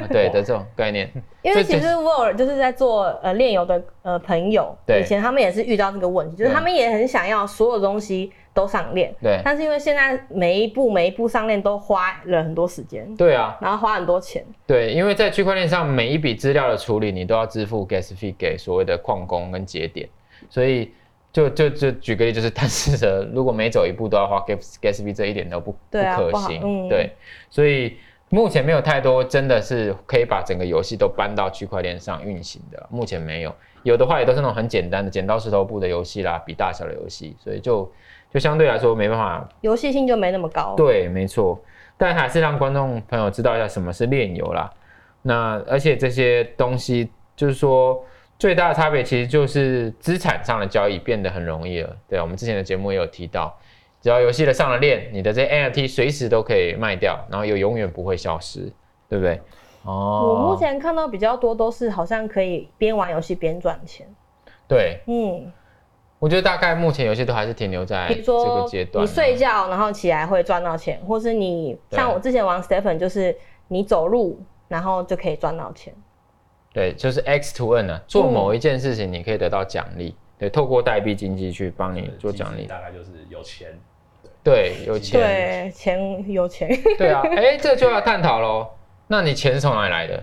S2: 啊对的这种概念。
S1: 因
S2: 这
S1: 为
S2: 就
S1: 其实我有就是在做呃炼油的呃朋友，
S2: 对
S1: 以前他们也是遇到这个问题，就是
S2: 对
S1: 他们也很想要所有东西都上链，
S2: 对
S1: 但是因为现在每一步每一步上链都花了很多时间，
S2: 对啊，
S1: 然后花很多钱，
S2: 对，因为在区块链上每一笔资料的处理，你都要支付 gas fee 给所谓的矿工跟节点，所以就就就举个例，就是贪食蛇如果每走一步都要花 gas gas fee，这一点都不
S1: 对啊
S2: 不
S1: 不
S2: 可
S1: 好
S2: 行。
S1: 嗯
S2: 对，所以目前没有太多真的是可以把整个游戏都搬到区块链上运行的，目前没有。有的话也都是那种很简单的剪刀石头布的游戏啦，比大小的游戏，所以就就相对来说没办法
S1: 游戏性就没那么高。
S2: 对，没错，但还是让观众朋友知道一下什么是炼油啦。那而且这些东西，就是说最大的差别其实就是资产上的交易变得很容易了。对，我们之前的节目也有提到，只要游戏的上了链，你的这些 NFT 随时都可以卖掉，然后又永远不会消失，对不对？哦，
S1: 我目前看到比较多都是好像可以边玩游戏边赚钱，
S2: 对
S1: 嗯，
S2: 我觉得大概目前游戏都还是停留在
S1: 比如
S2: 哎这个
S1: 说
S2: 阶段
S1: 你
S2: 啊。
S1: 睡觉然后起来会赚到钱，或是你
S2: 对
S1: 像我之前玩 Stephen 就是你走路然后就可以赚到钱，
S2: 对，就是 X to N 啊，做某一件事情你可以得到奖励，对，透过代币经济去帮你做奖励，
S3: 大概就是有钱，
S2: 对，有钱，
S1: 对，钱有 钱。
S2: 对啊，哎，这就要探讨喽。那你钱从哪里来的，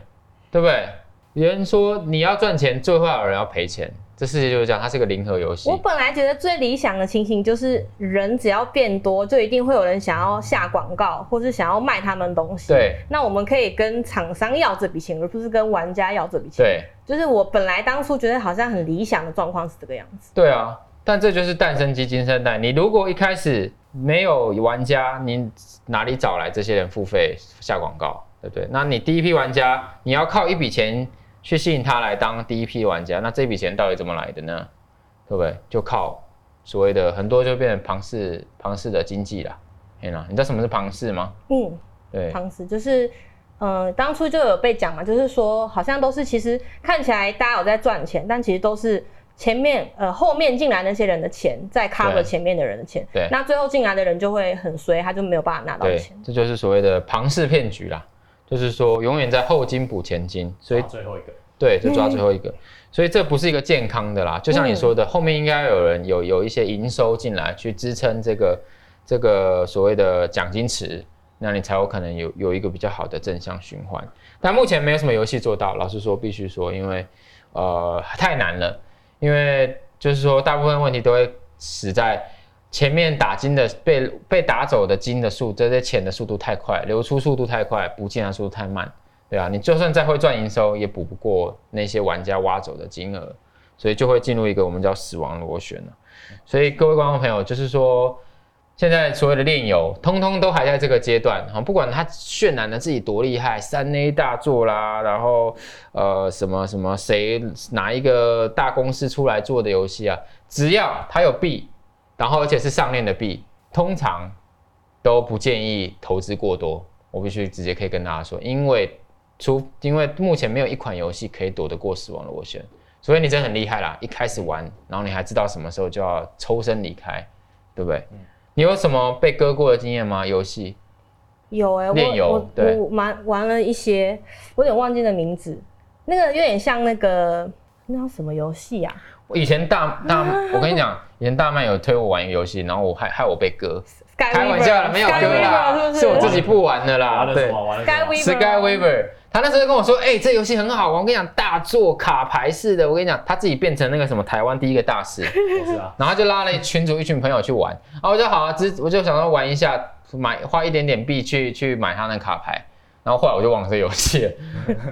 S2: 对不对？有人说你要赚钱，最后有人要赔钱，这世界就是这样，它是个零和游戏
S1: 我。本来觉得最理想的情形就是人只要变多，就一定会有人想要下广告，或是想要卖他们东西。
S2: 对，
S1: 那我们可以跟厂商要这笔钱，而不是跟玩家要这笔钱。
S2: 对，
S1: 就是我本来当初觉得好像很理想的状况是这个样子。
S2: 对啊，但这就是诞生基金生代。你如果一开始没有玩家，你哪里找来这些人付费下广告，对不对？那你第一批玩家，你要靠一笔钱去吸引他来当第一批玩家，那这笔钱到底怎么来的呢？对不对？就靠所谓的很多就变成庞氏庞氏的经济啦。天啊，你知道什么是庞氏吗？
S1: 嗯，
S2: 对，
S1: 当时就是，嗯、当初就有被讲嘛，就是说好像都是其实看起来大家有在赚钱，但其实都是。前面呃后面进来那些人的钱，在 cover
S2: 对
S1: 前面的人的钱，
S2: 对
S1: 那最后进来的人就会很衰，他就没有办法拿到
S2: 对
S1: 钱。，
S2: 这就是所谓的庞氏骗局啦。就是说，永远在后金补前金，所以
S3: 到最后一个
S2: 对，就抓最后一个。所以这不是一个健康的啦，就像你说的，后面应该有人有有一些营收进来去支撑这个这个所谓的奖金池，那你才有可能有有一个比较好的正向循环。但目前没有什么游戏做到，老实说，必须说，因为呃太难了，因为就是说大部分问题都会死在。前面打金的被被打走的金的速，这些钱的速度太快，流出速度太快，不进来速度太慢，对啊，你就算再会赚营收，也补不过那些玩家挖走的金额，所以就会进入一个我们叫死亡螺旋了、啊所以各位观众朋友，就是说，现在所有的炼油，通通都还在这个阶段哈，不管它渲染的自己多厉害，三 A 大作啦，然后呃什么什么谁哪一个大公司出来做的游戏啊，只要它有币，然后而且是上链的币，通常都不建议投资过多。我必须直接可以跟大家说，因为除因为目前没有一款游戏可以躲得过死亡螺旋，除非你真的很厉害啦，一开始玩，然后你还知道什么时候就要抽身离开，对不对？
S3: 嗯
S2: 你有什么被割过的经验吗？游戏
S1: 有哎、
S2: 炼油
S1: 我
S2: 对
S1: 我我玩玩了一些，我有点忘记那名字，那个有点像那个那叫什么游戏啊？
S2: 我以前大大，我跟你讲，以前大麦有推我玩一个游戏，然后我害害我被割，
S1: Sky
S2: 开玩笑了，没有歌啦，
S1: 是
S2: 是我
S1: 不
S2: 自
S1: 是？
S2: 己不玩的
S3: 玩
S2: 啦
S3: 的。什
S2: 对
S3: 么？玩的
S1: Sky
S3: 什么？
S1: Weaver
S2: ，Sky Weaver，他那时候就跟我说，哎、这游戏很好玩，我跟你讲，大作卡牌式的，我跟你讲，他自己变成那个什么台湾第一个大师，
S3: 我知道。
S2: 然后就拉了一群组一群朋友去玩，然后我就好啊，只我就想说玩一下，买花一点点币去去买他那卡牌，然后后来我就忘了这游戏了，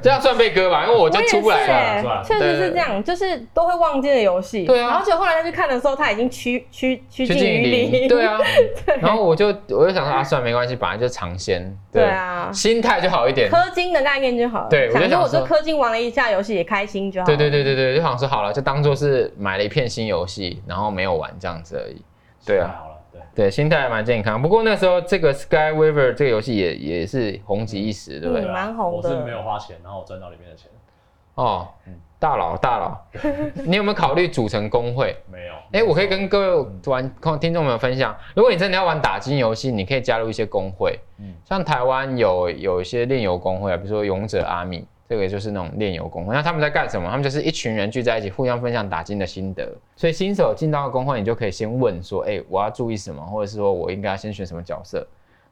S2: 这样算被割吧，因为我就出不
S1: 我
S2: 来
S1: 也
S2: 了。
S1: 是欸
S3: 是吧
S1: 确实是这样，就是都会忘记的游戏。
S2: 对啊
S1: 然后就后来再去看的时候，他已经趋趋趋
S2: 趋
S1: 近
S2: 近于
S1: 于
S2: 零，
S1: 零。
S2: 对啊。
S1: 对
S2: 然后我就我就想说啊，算了没关系，本来就尝鲜，
S1: 对啊
S2: 心态就好一点。
S1: 氪金的概念就好了。
S2: 对我就
S1: 想
S2: 想
S1: 说我就
S2: 说
S1: 氪金玩了一下游戏也开心就好。
S2: 对对。对对对，就想说好了，就当做是买了一片新游戏，然后没有玩这样子而已。对啊
S3: 太好了，对，
S2: 对，心态还蛮健康。不过那时候这个 Sky Weaver 这个游戏也也是红极一时，对不对？
S1: 嗯蛮红的
S3: 我是没有花钱，然后我赚到里面的钱，
S2: 哦，大佬大佬，你有没有考虑组成工会？
S3: 没有。
S2: 哎、我可以跟各位玩听众朋友分享，如果你真的要玩打金游戏，你可以加入一些工会，
S3: 嗯
S2: 像台湾有有一些炼油工会啊，比如说勇者阿米，这个就是那种炼油工会。那他们在干什么？他们就是一群人聚在一起，互相分享打金的心得。所以新手进到工会，你就可以先问说，哎、我要注意什么，或者是说我应该先选什么角色。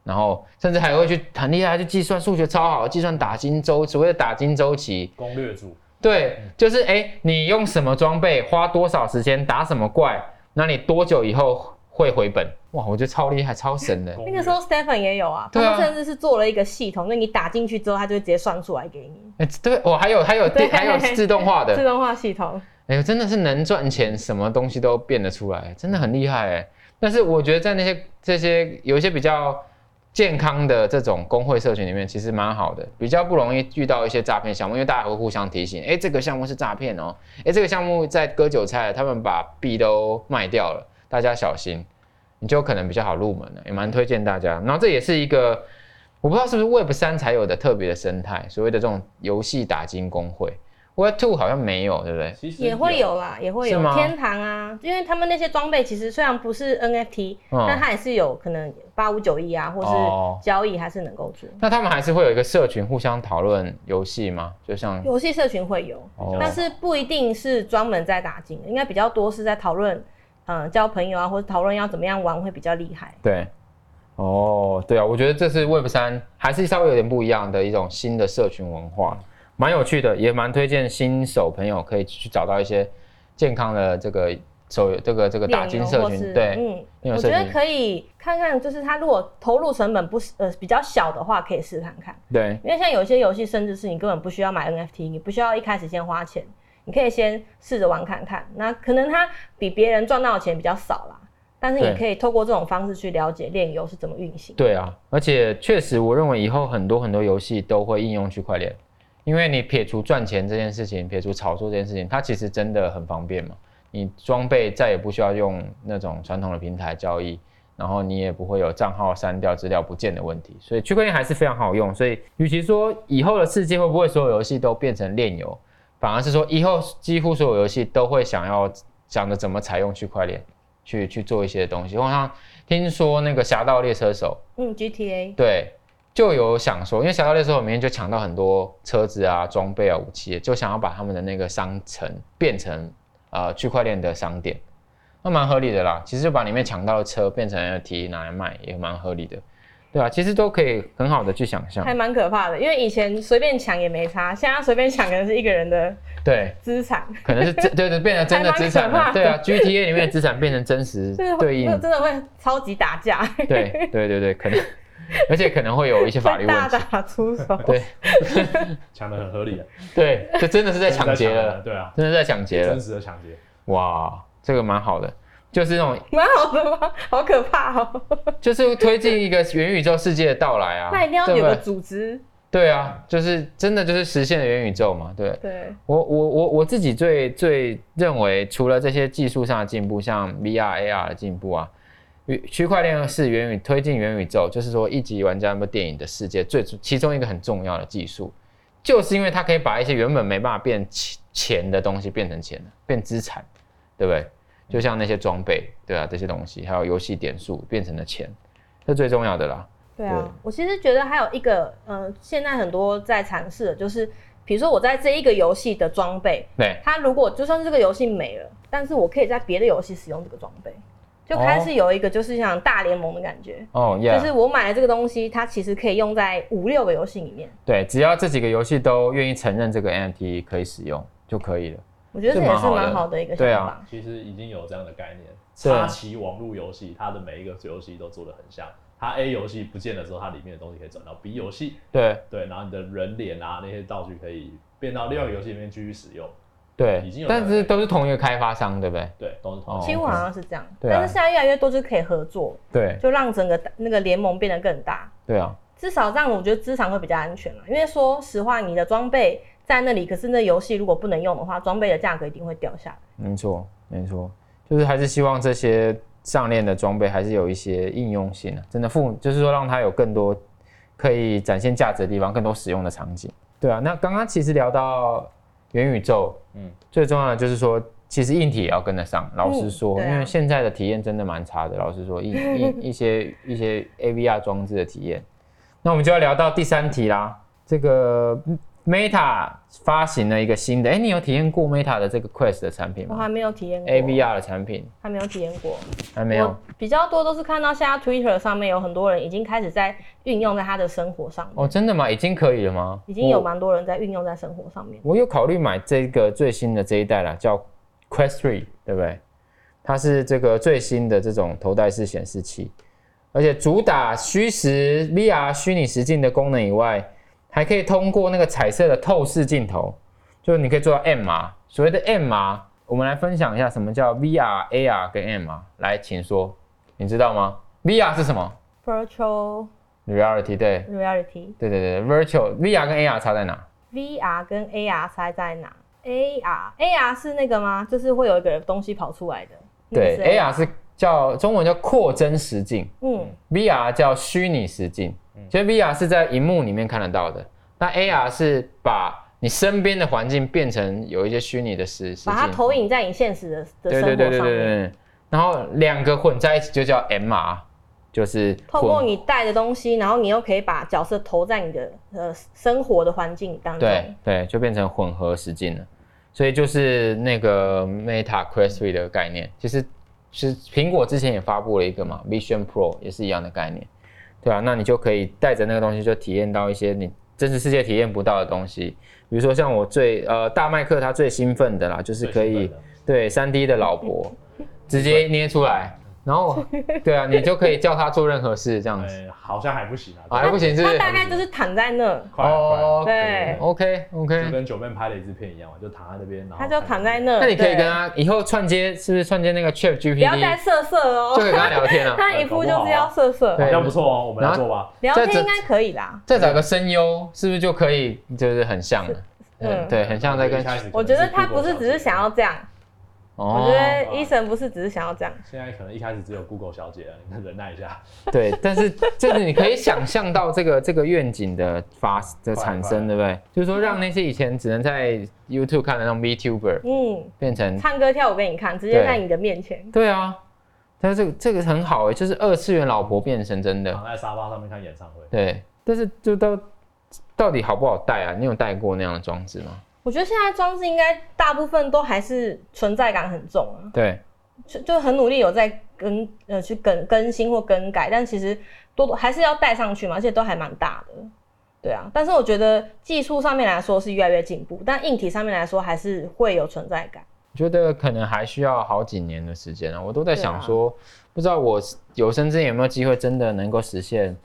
S2: 然后甚至还会去很厉害，去计算数学超好，计算打金周所谓的打金周期，
S3: 攻略组，
S2: 对，就是哎、诶你用什么装备，花多少时间打什么怪，那你多久以后会回本？哇，我觉得超厉害，超神的。
S3: 攻
S1: 那
S3: 略
S1: 个时候 Stephen 也有啊，他
S2: 对啊
S1: 们甚至是做了一个系统，那你打进去之后，他就会直接算出来给你，
S2: 哎、对，我还有还有
S1: 对
S2: 还有自动化
S1: 自
S2: 的，
S1: 动化系统。
S2: 哎呦，真的是能赚钱，什么东西都变得出来，真的很厉害哎。但是我觉得在那些这些有一些比较健康的这种工会社群里面，其实蛮好的，比较不容易遇到一些诈骗项目，因为大家会互相提醒，哎、这个项目是诈骗哦，哎、这个项目在割韭菜了，他们把币都卖掉了，大家小心，你就可能比较好入门了，也蛮推荐大家。然后这也是一个我不知道是不是 Web 三才有的特别的生态，所谓的这种游戏打金工会，Web two 好像没有，对不对？
S3: 其实
S1: 也会，有啦，也会
S2: 是吗
S1: 有天堂啊，因为他们那些装备其实虽然不是 NFT，、
S2: 嗯
S1: 但它也是有可能八五九一啊，或
S2: 哦
S1: 是交易还是能够做。
S2: 那他们还是会有一个社群互相讨论游戏吗？就像
S1: 游戏社群会有，
S2: 哦
S1: 但是不一定是专门在打金的，应该比较多是在讨论，嗯、交朋友啊，或者讨论要怎么样玩会比较厉害。
S2: 对，哦，对啊，我觉得这是 Web 三还是稍微有点不一样的一种新的社群文化，蛮有趣的，也蛮推荐新手朋友可以去找到一些健康的这个手这个这个打金
S1: 炼油
S2: 社
S1: 或是
S2: 群，对，
S1: 嗯，
S2: 炼油
S1: 我
S2: 社
S1: 觉得
S2: 群，
S1: 可以看看，就是它如果投入成本不是呃比较小的话，可以试看看。
S2: 对，
S1: 因为像有些游戏，甚至是你根本不需要买 NFT，你不需要一开始先花钱，你可以先试着玩看看。那可能它比别人赚到的钱比较少啦，但是
S2: 对
S1: 你可以透过这种方式去了解炼油是怎么运行。
S2: 对啊，而且确实，我认为以后很多很多游戏都会应用区块链，因为你撇除赚钱这件事情，撇除炒作这件事情，它其实真的很方便嘛。你装备再也不需要用那种传统的平台交易，然后你也不会有账号删掉、资料不见的问题，所以区块链还是非常好用。所以，与其说以后的世界会不会所有游戏都变成链游，反而是说以后几乎所有游戏都会想要想着怎么采用区块链去去做一些东西。我好像听说那个《侠盗猎车手》。
S1: 嗯，GTA
S2: 对，就有想说，因为《侠盗猎车手》里面就抢到很多车子啊、装备啊、武器，就想要把他们的那个商城变成呃区块链的商店，那蛮合理的啦。其实就把里面抢到的车变成 NFT 拿来卖，也蛮合理的，对啊，其实都可以很好的去想象
S1: 还，蛮可怕的，因为以前随便抢也没差，现在随便抢可能是一个人的
S2: 对，啊
S1: 资产，
S2: 可能是真对对变成真的资产
S1: 还蛮可
S2: 了，
S1: 怕的
S2: 对啊，GTA 里面的资产变成真实
S1: 就是
S2: 对
S1: 会
S2: 应
S1: 真的会超级打架，
S2: 对对对对，可能，而且可能会有一些法律
S1: 会大
S2: 问题，
S1: 打出手。
S2: 对
S3: 抢的很合理啊，
S2: 对，这真的是在抢劫了，
S3: 对啊，
S2: 真的在抢劫了
S3: 真。实的抢劫，
S2: 哇，这个蛮好的，就是那种，
S1: 蛮好的吗？好可怕哦！
S2: 就是推进一个元宇宙世界的到来啊。
S1: 那一定要
S2: 对
S1: 有
S2: 不
S1: 个
S2: 对？
S1: 组织，
S2: 对啊，就是真的就是实现了元宇宙嘛。对
S1: 对，
S2: 我我我我自己最最认为，除了这些技术上的进步，像 VR、AR 的进步啊，与区块链是元宇推进元宇宙，就是说一级玩家那部电影的世界最其中一个很重要的技术，就是因为它可以把一些原本没办法变钱钱的东西变成钱了，变资产，对不对？就像那些装备，对啊，这些东西，还有游戏点数变成了钱，这最重要的啦。
S1: 对啊，
S2: 对
S1: 我其实觉得还有一个，呃，现在很多在尝试的就是，比如说我在这一个游戏的装备，
S2: 对，
S1: 它如果就算这个游戏没了，但是我可以在别的游戏使用这个装备，就开始有一个就是像大联盟的感觉。
S2: 哦
S1: 就
S2: ，Yeah，
S1: 是我买了这个东西，它其实可以用在五六个游戏里面，
S2: 对，只要这几个游戏都愿意承认这个 NFT 可以使用就可以了。
S1: 我觉得这
S2: 这
S1: 也
S2: 蛮
S1: 是
S2: 好
S1: 蛮
S2: 的
S1: 好的一个想
S2: 对啊
S1: 法。
S3: 其实已经有这样的概念。
S2: 对
S3: 插旗网络游戏，它的每一个游戏都做的很像。它 A 游戏不见了之后，它里面的东西可以转到 B 游戏，
S2: 对
S3: 对，然后你的人脸啊那些道具可以变到另外一个游戏里面继续使用，已
S2: 对，
S3: 经有
S2: 但
S3: 这
S2: 是
S3: 样的
S2: 都是同一个开发商，对不对？
S3: 对，都是同
S2: 哦
S1: 几乎好像是这样，
S2: 对啊
S1: 但是现在越来越多就是可以合作，
S2: 对
S1: 就让整个那个联盟变得更大。
S2: 对啊，
S1: 至少这样，我觉得资产会比较安全了。因为说实话，你的装备在那里，可是那游戏如果不能用的话，装备的价格一定会掉下来。
S2: 没错没错，就是还是希望这些上链的装备还是有一些应用性啊，真的赋就是说让它有更多可以展现价值的地方，更多使用的场景。对啊，那刚刚其实聊到元宇宙，嗯
S3: 嗯，
S2: 最重要的就是说。其实硬体也要跟得上，老实
S1: 嗯
S2: 说，
S1: 对啊
S2: 因为现在的体验真的蛮差的。老实说，一一一些一些 AVR 装置的体验，那我们就要聊到第三题啦。这个 Meta 发行了一个新的，哎、你有体验过 Meta 的这个 Quest 的产品
S1: 我
S2: 吗
S1: 还没有体验过
S2: AVR 的产品
S1: 还没有体验过，
S2: 还没有
S1: 我。比较多都是看到现在 Twitter 上面有很多人已经开始在运用在他的生活上面，
S2: 哦，真的吗？已经可以了吗？
S1: 已经有
S2: 我？
S1: 蛮多人在运用在生活上面。
S2: 我有考虑买这个最新的这一代啦，叫 Quest 3，对不对？它是这个最新的这种头戴式显示器，而且主打虚实 VR 虚拟实境的功能以外，还可以通过那个彩色的透视镜头，就是你可以做到 MR。所谓的 MR，我们来分享一下什么叫 VR、AR 跟 MR。来，请说，你知道吗？VR 是什么
S1: Virtual
S2: ？Reality 对。
S1: Reality
S2: 对对对，virtual VR 跟 AR 差在哪？
S1: VR 跟 AR 猜在哪？AR AR 是那个吗？就是会有一个东西跑出来的。那个
S2: 对
S1: 是
S2: ，AR 是叫中文叫扩增实境
S1: 嗯
S2: ，VR 叫虚拟实境。其实 VR 是在荧幕里面看得到的，那 AR 是把你身边的环境变成有一些虚拟的实实境，
S1: 把它投影在你现实的的
S2: 对
S1: 生
S2: 对对
S1: 活
S2: 对对
S1: 上面。
S2: 对。然后两个混在一起就叫 MR，就是
S1: 透过
S2: 混
S1: 你带的东西，然后你又可以把角色投在你的呃生活的环境当中。
S2: 对对，就变成混合实境了。所以就是那个 Meta Quest 3的概念，其实是苹果之前也发布了一个嘛，Vision Pro 也是一样的概念，对啊，那你就可以带着那个东西，就体验到一些你真实世界体验不到的东西，比如说像我最呃大麦克他最兴奋的啦，就是可以对三 D 的老婆直接捏出来，然 后对啊，你就可以叫他做任何事这样子，
S3: 呃，好像还不行啊，
S2: 啊还不行是不
S1: 它
S2: 是
S1: 大概就是躺在那，
S3: 快了快了，
S1: 对
S2: ，OK OK，
S3: 就跟九妹拍的一支片一样嘛，就躺在那边，然后
S1: 它就躺在那。
S2: 那你可
S1: 对
S2: 以跟他以后串接，是不是串接那个 Chat
S1: 不要再
S2: GPT
S1: 色色哦
S2: 就可以，跟他聊天了？
S1: 他一副就是要色色
S2: 对。
S3: 好像不错哦，我们来做吧。
S1: 聊
S2: 在
S1: 天
S2: 这
S1: 应该可以啦，
S2: 再找个声优，是不是就可以就是很像了？嗯，
S1: 嗯
S2: 对，很像在跟
S3: 一开始可能
S1: 我觉得他不是
S3: Google
S1: 只是想要这样，
S2: 哦
S1: 我觉得医生不是只是想要这样，
S3: 小姐，现在可能一开始只有 Google 小姐啊，你们忍耐一下。
S2: 对，但是就是你可以想象到这个这个愿景的发的
S3: 快
S2: 产
S3: 快
S2: 生，对不对？就是说让那些以前只能在 YouTube 看的那种 VTuber
S1: 嗯，
S2: 变成
S1: 唱歌跳舞给你看，直接
S2: 对
S1: 在你的面前，
S2: 对啊，但是这个这个很好哎，就是二次元老婆变成真的，
S3: 躺在沙发上面看演唱会，
S2: 对。但是就到到底好不好戴啊？你有戴过那样的装置吗？
S1: 我觉得现在装置应该大部分都还是存在感很重啊，
S2: 对。
S1: 就就很努力有在更呃去更更新或更改，但其实多多还是要带上去嘛，而且都还蛮大的，对啊。但是我觉得技术上面来说是越来越进步，但硬体上面来说还是会有存在感。
S2: 我觉得可能还需要好几年的时间啊，我都在想说，不知道我有生之年有没有机会真的能够实现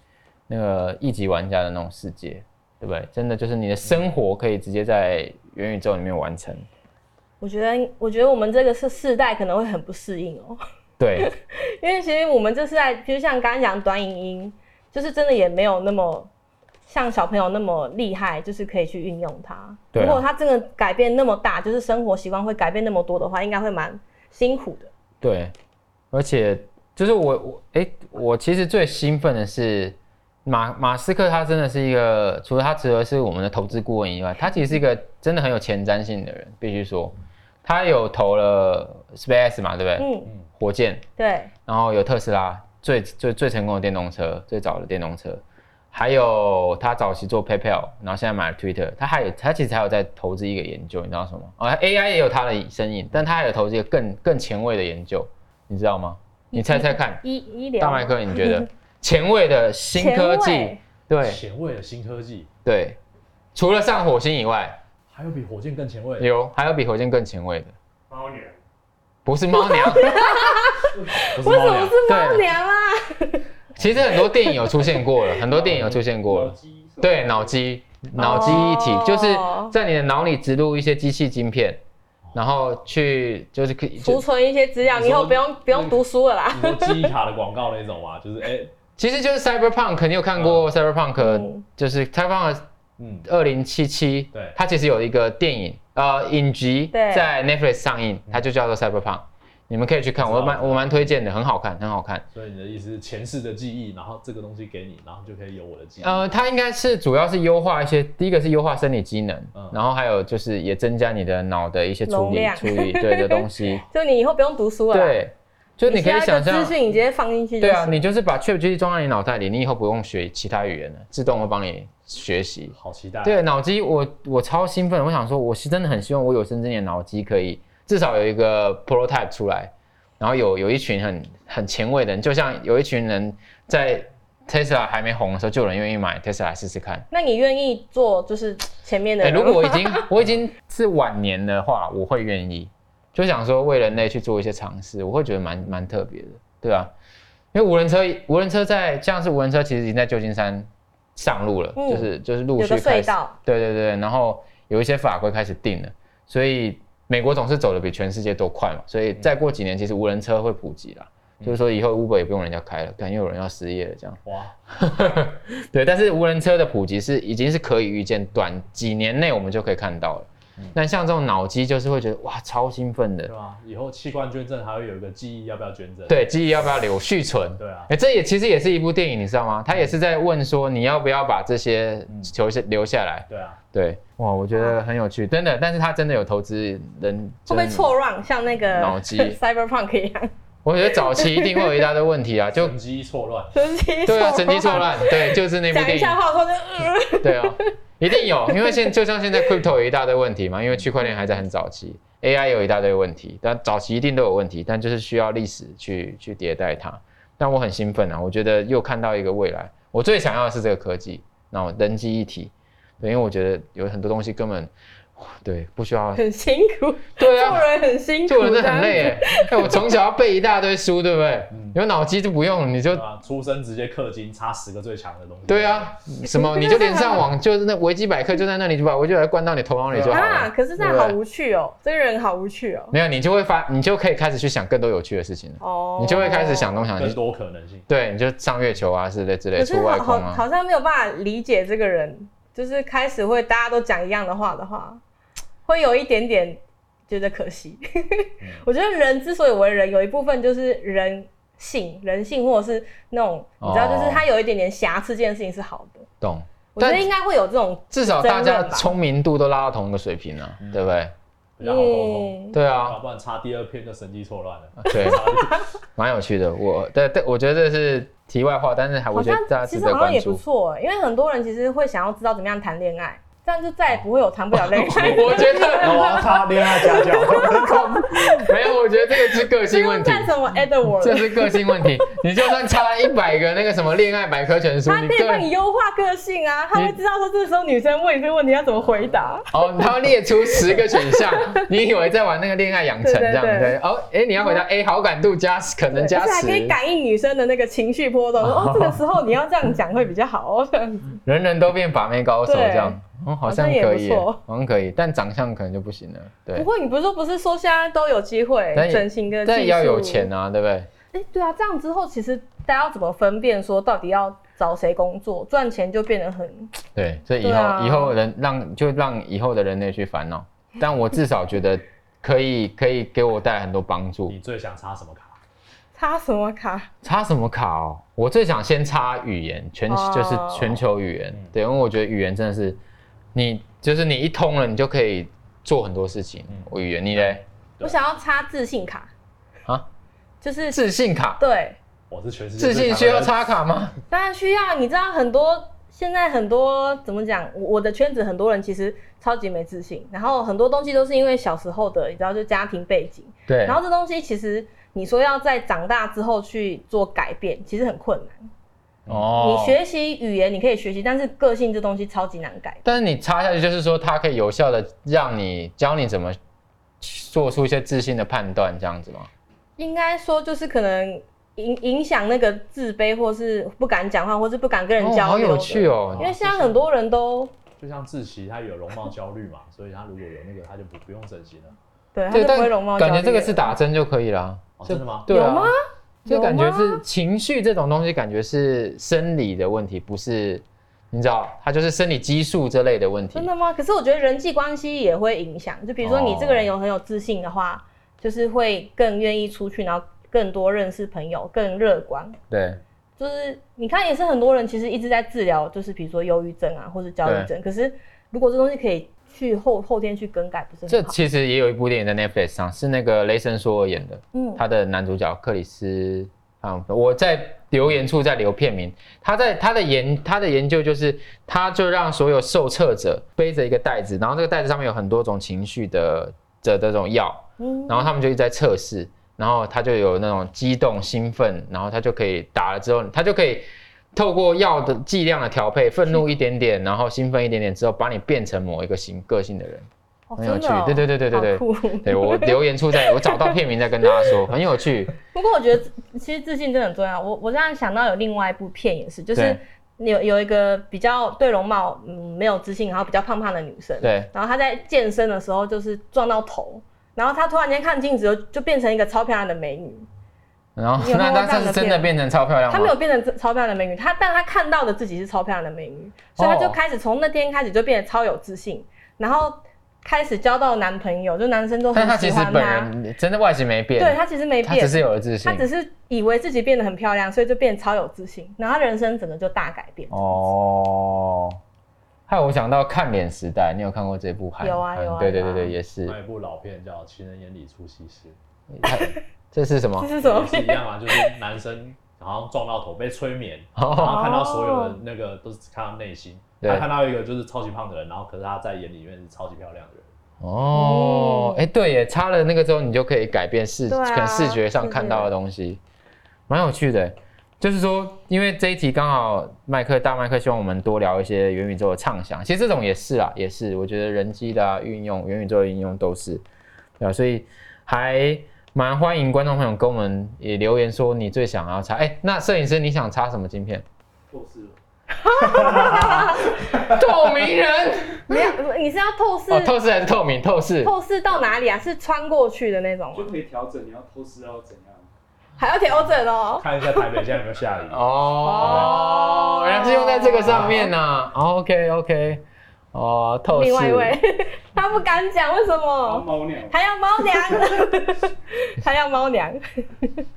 S2: 那个一级玩家的那种世界，对不对？真的就是你的生活可以直接在元宇宙里面完成。
S1: 我觉得，我觉得我们这个是世代可能会很不适应哦、
S2: 对
S1: 因为其实我们这世代，就像刚刚讲短影音，就是真的也没有那么像小朋友那么厉害，就是可以去运用它。
S2: 对啊
S1: 如果它真的改变那么大，就是生活习惯会改变那么多的话，应该会蛮辛苦的。
S2: 对，而且就是我我哎、我其实最兴奋的是马马斯克，他真的是一个除了他除了是我们的投资顾问以外，他其实是一个真的很有前瞻性的人，必须说，他有投了 Space 嘛，对不对？
S1: 嗯，
S2: 火箭，
S1: 对，
S2: 然后有特斯拉最最最成功的电动车，最早的电动车，还有他早期做 PayPal，然后现在买了 Twitter，他还有他其实还有在投资一个研究，你知道什么？啊、a i 也有他的身影，但他还有投资一个更更前卫的研究，你知道吗？你猜猜看，
S1: 医医疗
S2: 大麦克，你 觉得前卫的新科
S1: 前
S2: 技
S1: 卫，
S2: 对
S3: 前卫的新科技，
S2: 对，除了上火星以外，
S3: 还有比火箭更前卫的，
S2: 有还有比火箭更前卫的，
S4: 猫眼，
S2: 不是猫娘。
S3: 不是
S1: 为什
S3: 猫
S1: 么
S3: 粮
S1: 是猫粮啊？
S2: 其实很多电影有出现过了，很多电影有出现过
S4: 脑
S2: 了。
S4: 机，
S2: 对，脑机脑机一体，
S1: 哦
S2: 就是在你的脑里植入一些机器晶片，然后去就是可以。
S1: 储
S2: 就
S1: 存一些资料，
S3: 你
S1: 你以后
S3: 说
S1: 不用不用读书了
S2: 嗯
S1: 啦。
S3: 你说记忆卡的广告那种嘛，就是哎、
S2: 其实就是 Cyberpunk，你有看过 Cyberpunk？
S1: 嗯
S2: 就是开放了
S3: 嗯，
S2: 二零七七，
S3: 对
S2: 它其实有一个电影呃影集
S1: 对
S2: 在 Netflix 上映，它就叫做 Cyberpunk，你们可以去看，
S3: 嗯我知道
S2: 我蛮我蛮推荐的，很好看，很好看。
S3: 所以你的意思是前世的记忆，然后这个东西给你，然后就可以有我的记忆。
S2: 呃，它应该是主要是优化一些，第一个是优化生理机能，
S3: 嗯
S2: 然后还有就是也增加你的脑的一些处
S1: 容
S2: 理
S1: 量
S2: 处理对的东西，
S1: 就你以后不用读书了啦。
S2: 对，就你可以
S1: 需要
S2: 想
S1: 一个
S2: 象
S1: 资，讯，你直接放进去就
S2: 对啊，
S1: 行。
S2: 你就是把 ChatGPT 装在你脑袋里，你以后不用学其他语言了，自动会帮你学习。
S3: 好期待。
S2: 对，脑机我我超兴奋，我想说，我是真的很希望我有生之年脑机可以至少有一个 prototype 出来，然后有有一群很很前卫的人，就像有一群人在 Tesla 还没红的时候，就有人愿意买 Tesla 来试试看。
S1: 那你愿意做就是前 面的
S2: 哎、
S1: 人吗？
S2: 如果我已 经我已经是晚年的话，我会愿意，就想说为人类去做一些尝试，我会觉得蛮蛮特别的，对啊，因为无人车无人车在像是无人车，其实已经在旧金山上路了，
S1: 嗯
S2: 就是就是陆
S1: 有
S2: 续
S1: 个隧
S2: 开始，
S1: 道，
S2: 对对对，然后有一些法规开始定了，所以美国总是走的比全世界都快嘛，所以再过几年其实无人车会普及啦。就是说，以后 Uber 也不用人家开了，可能又有人要失业了这样。
S3: 哇，
S2: 对，但是无人车的普及是已经是可以预见，短几年内我们就可以看到了。但像这种脑机，就是会觉得哇，超兴奋
S3: 对
S2: 的。
S3: 吧？以后器官捐赠还会有一个记忆，要不要捐赠？
S2: 对，记忆要不要留续存？
S3: 对啊
S2: 哎、，这也其实也是一部电影，你知道吗？他也是在问说，你要不要把这些球留下来？
S3: 对啊，
S2: 对，哇，我觉得很有趣，真的。但是他真的有投资人，
S1: 会不会
S2: 真的
S1: 错乱像那个
S2: 脑机
S1: cyberpunk 一样？
S2: 我觉得早期一定会有一大堆问题啊，就
S3: 神机错乱，
S1: 神机
S2: 对啊，神经错，乱，对，就是那部
S1: 讲
S2: 电
S1: 一
S2: 影
S1: 下。话说就呃，
S2: 对啊，一定有，因为现就像现在 crypto 有一大堆问题嘛，因为区块链还在很早期，AI 有一大堆问题，但早期一定都有问题，但就是需要历史去去迭代它。但我很兴奋啊，我觉得又看到一个未来，我最想要的是这个科技，那我人机一体，对，因为我觉得有很多东西根本对不需要，
S1: 很辛苦，
S2: 对
S1: 做
S2: 啊。
S1: 人很辛苦，
S2: 做人真的很累
S1: 这样
S2: 哎，哎我从小要背一大堆书，对不对
S3: 嗯？
S2: 有脑机就不用，你就
S3: 对吧？出生直接氪金，差十个最强的东西。
S2: 对啊，什么你就连上网，就是那维基百科就在那里，就把维基百科灌到你头脑里就好了。
S1: 啊！可是这样
S2: 对不
S1: 好
S2: 对
S1: 无趣哦，这个人好无趣哦。
S2: 没有，你就会发，你就可以开始去想更多有趣的事情了。
S1: 哦，
S2: 你就会开始想东想
S3: 哦更
S2: 西，
S3: 多可能性。
S2: 对，你就上月球啊之类之类，
S1: 可是
S2: 出外
S1: 好
S2: 空
S1: 好
S2: 啊。
S1: 好像没有办法理解这个人，就是开始会大家都讲一样的话的话，会有一点点觉得可惜。
S2: 嗯
S1: 我觉得人之所以为人，有一部分就是人性、人性，或者是那种你知道，
S2: 哦
S1: 就是他有一点点瑕疵，这件事情是好的。
S2: 懂，
S1: 我觉得
S2: 但
S1: 应该会有这种，
S2: 至少大
S1: 争
S2: 家
S1: 论吧
S2: 聪明度都拉到同一个水平
S3: 嗯
S2: 了，对不对？
S3: 比较好沟通。，
S1: 嗯
S2: 对
S3: 要
S2: 啊，
S3: 不然差第二篇就神经错乱 了。
S2: 对，蛮有趣的。我但但我觉得这是题外话，但是还我
S1: 好
S2: 觉
S1: 像
S2: 得大家
S1: 其
S2: 值
S1: 实
S2: 得
S1: 好像
S2: 关
S1: 也不
S2: 注。
S1: 错欸，因为很多人其实会想要知道怎么样谈恋爱，这样就再也不会有谈不了恋爱。
S2: 我 觉得
S3: 那我要插恋爱家教，
S2: 没有，我觉得这个是个
S1: 不
S2: 性
S1: 用
S2: 问题，
S1: 再什么 Edward，
S2: 这是个性问题。你就算差一百个那个什么恋爱百科全书，
S1: 他
S2: 你
S1: 可以
S2: 个
S1: 帮你优化个性啊，他会知道说这时候女生问你这个问题要怎么回答。
S2: 哦，他要列出十个选 项，你以为在玩那个恋爱养成这样
S1: 对对
S2: 对？哦，哎，你要回答 A 好感度加可能
S1: 而且
S2: 加
S1: 还
S2: 十
S1: 可，以感应女生的那个情绪波动，说哦，这个时候你要这样讲会比较好哦，这样子。
S2: 人人都变把妹高手
S1: 对
S2: 这样，哦，好像
S1: 好像也不
S2: 可以耶，
S1: 错
S2: 好像可以，但长相可能就不行了，
S1: 不
S2: 对，
S1: 过你不是说不是说现在都有机会
S2: 但也
S1: 整形跟
S2: 但也
S1: 技
S2: 要
S1: 术
S2: 有钱啊，对不对？
S1: 哎、对啊，这样之后其实大家要怎么分辨说到底要找谁工作，赚钱就变得很
S2: 对，所以以
S1: 对
S2: 后、
S1: 啊
S2: 以后人让就让以后的人类去烦恼，但我至少觉得可以可以给我带来很多帮助
S3: 你。最想插什么卡？
S1: 插什么卡？
S2: 插什么卡哦？我最想先插语言，全、
S1: 哦
S2: 就是全球语言
S3: 嗯，
S2: 对，因为我觉得语言真的是，你就是你一通了，你就可以做很多事情。
S3: 嗯
S2: 我语言你嘞
S1: 我想要插自信卡，
S2: 啊？
S1: 就是
S2: 自信卡，
S1: 对，
S3: 我是全世界
S2: 自
S3: 最
S2: 信
S3: 强
S2: 需
S3: 的
S2: 要
S3: 人
S2: 插卡吗？
S1: 当然需要。你知道很多现在很多怎么讲？我我的圈子很多人其实超级没自信，然后很多东西都是因为小时候的，你知道，就家庭背景。
S2: 对
S1: 然，后这东西其实你说要在长大之后去做改变，其实很困难。
S2: 哦
S1: 你学习语言你可以学习，但是个性这东西超级难改。
S2: 但是你插下去，就是说它可以有效的让你教你怎么做出一些自信的判断，这样子吗？
S1: 应该说就是可能影影响那个自卑，或是不敢讲话，或是不敢跟人
S2: 哦，
S1: 交
S2: 好
S1: 流的。
S2: 有趣哦
S1: 因！为现在很多人都
S3: 就像志奇，他有容貌焦虑嘛，所以他如果有那个，他就不不用整形了。
S1: 对，他
S2: 对，
S1: 就不会容貌焦
S2: 感
S1: 虑。
S2: 觉这个是打针就可以了。
S3: 哦，
S2: 这
S3: 真的吗？
S2: 对啊，
S1: 有吗？
S2: 这
S1: 有
S2: 感觉
S1: 吗
S2: 是情绪这种东西，感觉是生理的问题，不是你知道，它就是生理激素这类的问题
S1: 真。的吗？可是我觉得人际关系也会影响，就比如说你这
S2: 哦
S1: 个人有很有自信的话，就是会更愿意出去，然后更多认识朋友，更乐观。
S2: 对，
S1: 就是你看，也是很多人其实一直在治疗，就是比如说忧郁症啊，或者焦虑症。可是如果这东西可以去后后天去更改，不是
S2: 这
S1: 很好？
S2: 其实也有一部电影在 Netflix 上，是那个雷神索尔演的，
S1: 嗯，
S2: 他的男主角克里斯啊，我在留言处在留片名。他在他的研他的研究就是，他就让所有受测者背着一个袋子，然后这个袋子上面有很多种情绪的的这种药，
S1: 嗯
S2: 然后他们就一直在测试，然后他就有那种激动、兴奋，然后他就可以打了之后，他就可以透过药的剂量的调配，愤怒一点点，然后兴奋一点点之后，把你变成某一个型个性的人，
S1: 哦
S2: 很有趣
S1: 真的哦。
S2: 对对对对对
S1: 好
S2: 对
S1: 酷。
S2: 对我留言处在，我找到片名再跟大家说，很有趣。
S1: 不过我觉得其实自信真的很重要。我我这样想到有另外一部片也是，就是
S2: 对
S1: 有有一个比较对容貌嗯没有自信，然后比较胖胖的女生，
S2: 对，
S1: 然后她在健身的时候就是撞到头，然后她突然间看镜子就就变成一个超漂亮的美女，
S2: 然后
S1: 你有看
S2: 那
S1: 过
S2: 但
S1: 这样
S2: 是
S1: 的
S2: 真的
S1: 片
S2: 变成超漂亮
S1: 她没
S2: 吗
S1: 有？变成超漂亮的美女，她但她看到的自己是超漂亮的美女，所以她就
S2: 哦
S1: 开始从那天开始就变得超有自信，然后开始交到男朋友，就男生都
S2: 但
S1: 很
S2: 他其
S1: 喜
S2: 实
S1: 欢
S2: 本
S1: 她。
S2: 人真的外形没
S1: 对
S2: 变，
S1: 她其实没
S2: 他
S1: 变，
S2: 只是有了自信
S1: 他。只是以为自己变得很漂亮，所以就变超有自信，然后他人生整个就大改变。
S2: 哦，害我想到《看脸时代》，你有看过这部韩？
S1: 有啊
S2: 嗯
S1: 有啊
S2: 对对
S1: 有
S2: 对
S1: 啊
S2: 对，也是。
S3: 还有一部老片叫《情人眼里出西施
S2: 他这是什么
S1: 这？是什》，么
S3: 也是一样啊，就是男生好像撞到头被催眠，然
S2: 哦，
S3: 后看到所有的那个都是看到内心，
S2: 对
S3: 他看到一个就是超级胖的人，然后可是他在眼里面是超级漂亮的人。
S2: 哦，
S1: 嗯
S2: 哎、对耶，擦了那个之后，你就可以改变视，
S1: 对啊
S2: 可能视觉上看到的东西，蛮有趣的。就是说，因为这一题刚好麦克大麦克希望我们多聊一些元宇宙的畅想，其实这种也是啊，也是，我觉得人机的、啊、运用，元宇宙的应用都是，对啊，所以还蛮欢迎观众朋友跟我们也留言说你最想要插，哎、那摄影师你想插什么晶片？
S3: 透
S4: 哦
S3: 视，
S2: 透明人
S1: 没有，呃你是要透视、
S2: 哦，透视还是透明？透视
S1: 透视到哪里啊？是穿过去的那种吗？
S4: 就可以调整你要透视要怎样。
S1: 还要调整哦。
S3: 看一下台北现在有没有下雨。
S2: 哦，原来是用在这个上面呢、OK OK，哦，透视。
S1: 另外一位， 他不敢讲，为什
S4: 然后
S1: 么？
S4: 猫尿，
S1: 还要猫娘， 还要猫娘，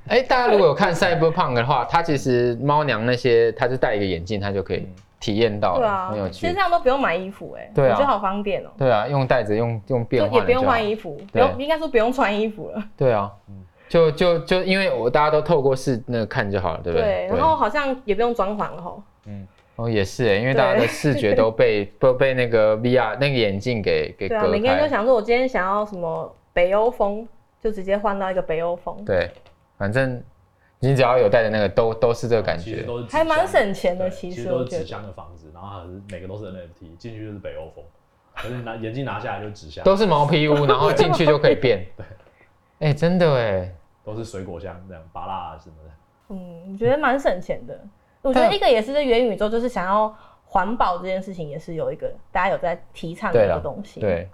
S2: 哎、大家如果有看《Cyberpunk》的话，它其实猫娘那些，它就戴一个眼镜，它就可以体验到
S1: 对
S2: 了，
S1: 啊
S2: 很有，
S1: 其实
S2: 趣
S1: 这。样都不用买衣服哎，
S2: 对啊
S1: 我觉得好方便哦，
S2: 对啊，用袋子用用变
S1: 就
S2: 换
S1: 也
S2: 的
S1: 不用
S2: 就好
S1: 换衣服，不
S2: 对
S1: 用，应该说不用穿衣服了。
S2: 对啊，就就就因为我大家都透过视那个看就好了，对不对？
S1: 对，然后好像也不用装潢了吼。
S2: 哦也是、因为大家的
S1: 对
S2: 视觉都被都被那个 VR 那个眼镜给给
S1: 对
S2: 隔
S1: 啊，每个人
S2: 开
S1: 都。想说，我今天想要什么北欧风，就直接换到一个北欧风，
S2: 对，反正你只要有戴的那个都都是这个感
S3: 其
S2: 觉
S3: 实。都是纸箱
S1: 还蛮省钱的。
S3: 对
S1: 其
S3: 实
S1: 实
S3: 都
S1: 我
S3: 是
S1: 觉
S3: 纸
S1: 得，
S3: 箱的房子，然后还是每个都是 NFT，进去就是北欧风，可是拿眼镜拿下来就是纸箱，
S2: 都是毛坯屋，然 后进去就可以变。哎、真的哎，
S3: 都是水果箱这样，芭拉什么的。
S1: 嗯，我觉得蛮省钱的。我觉得一个也是在元宇宙，就是想要环保这件事情，也是有一个大家有在提倡的
S2: 对
S1: 一
S2: 啦
S1: 个东西。，
S2: 对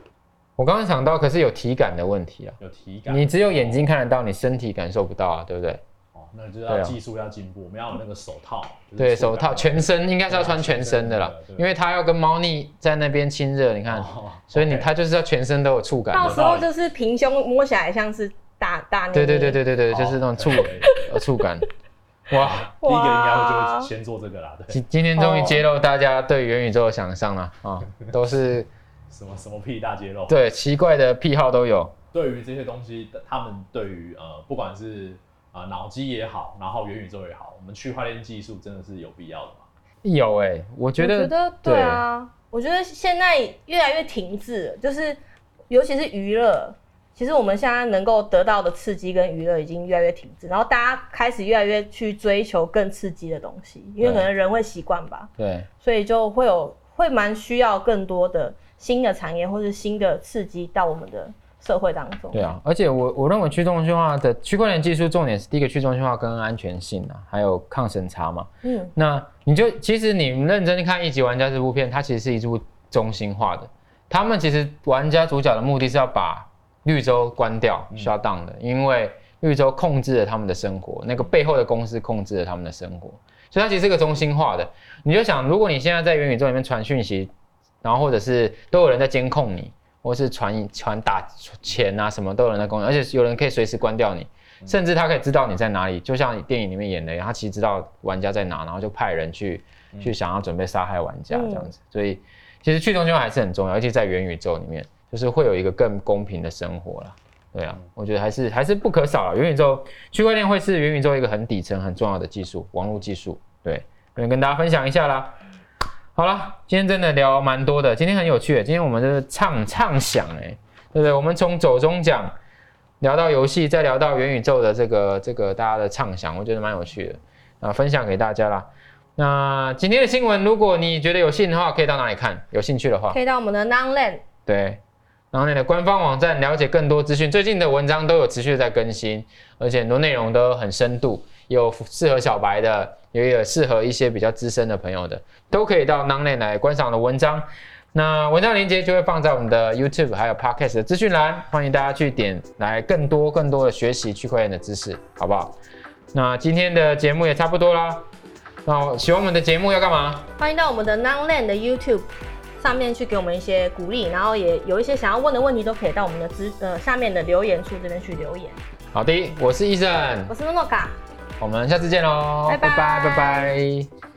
S2: 我刚刚想到，可是有体感的问题啊，
S3: 有体感。
S2: 你只有眼睛看得到，你身体感受不到啊，对不对？
S3: 哦，那就是
S2: 对
S3: 要
S2: 啊
S3: 技术要进步，我们要有那个手套，就是
S2: 对
S3: 触感
S2: 手套全身应该是要穿全身的啦
S3: 对啊全身的，对
S2: 因为它要跟猫腻在那边亲热，你看，
S3: 哦
S2: 所以你
S3: OK
S2: 它就是要全身都有触感
S1: 到
S2: 的。
S1: 时候就是平胸摸起来像是大大
S2: 对对对
S1: 对，
S2: 对对对，
S3: 哦
S2: 就是那种触
S3: 可以可以
S2: 有触感。哇，
S3: 第一个应该我
S1: 哇
S3: 就先做这个啦，对，
S2: 今今天终于揭露大家对元宇宙的想象了啊、 都是
S3: 什么什么屁大揭露。
S2: 对奇怪的癖好都有。
S3: 对于这些东西，他们对于呃，不管是呃脑机也好，然后元宇宙也好，我们区块链技术真的是有必要的嘛？
S2: 有哎、我觉得
S1: 我觉得对啊，我觉得现在越来越停滞了，就是尤其是娱乐，其实我们现在能够得到的刺激跟娱乐已经越来越停滞，然后大家开始越来越去追求更刺激的东西，因为
S2: 对
S1: 可能人会习惯吧，
S2: 对，
S1: 所以就会有会蛮需要更多的新的产业或是新的刺激到我们的社会当中。
S2: 对啊，而且我我认为去中心化的区块链技术重点是第一个去中心化跟安全性啊，还有抗审查嘛。
S1: 嗯，
S2: 那你就其实你认真看《一级玩家》这部片，它其实是一部中心化的。他们其实玩家主角的目的是要把绿洲关掉、shut down 的，因为绿洲控制了他们的生活，那个背后的公司控制了他们的生活，所以它其实是个中心化的。你就想，如果你现在在元宇宙里面传讯息，然后或者是都有人在监控你，或是传传打钱啊什么都有人在控制，而且有人可以随时关掉你，甚至他可以知道你在哪里，就像电影里面演的一样，他其实知道玩家在哪，然后就派人去去想要准备杀害玩家这样子。所以其实去中心化还是很重要，而且在元宇宙里面，就是会有一个更公平的生活啦。对啊，我觉得还是还是不可少了。元宇宙区块链会是元宇宙一个很底层很重要的技术，网络技术。对，那跟大家分享一下啦。好啦，今天真的聊蛮多的，今天很有趣耶。今天我们就是畅畅想哎、对不对？我们从走中奖聊到游戏，再聊到元宇宙的这个这个大家的畅想，我觉得蛮有趣的啊，分享给大家啦。那今天的新闻，如果你觉得有兴趣的话，可以到哪里看？有兴趣的话，
S1: 可以到我们的 Nonland
S2: 对，然后你的官方网站了解更多资讯，最近的文章都有持续地在更新，而且很多内容都很深度，有适合小白的，也有适合一些比较资深的朋友的，都可以到 Nonline 来观赏我的文章。那文章链接就会放在我们的 YouTube 还有 Podcast 的资讯栏，欢迎大家去点来更多更多的学习区块链的知识，好不好？那今天的节目也差不多啦。那喜欢我们的节目要干嘛？
S1: 欢迎到我们的 Nonland 的 YouTube 上面去给我们一些鼓励，然后也有一些想要问的问题，都可以到我们的资呃下面的留言处这边去留言。
S2: 好的，我是医生，
S1: 我是 Nonoka。
S2: 我们下次见喽，
S1: 拜拜
S2: 拜拜。拜拜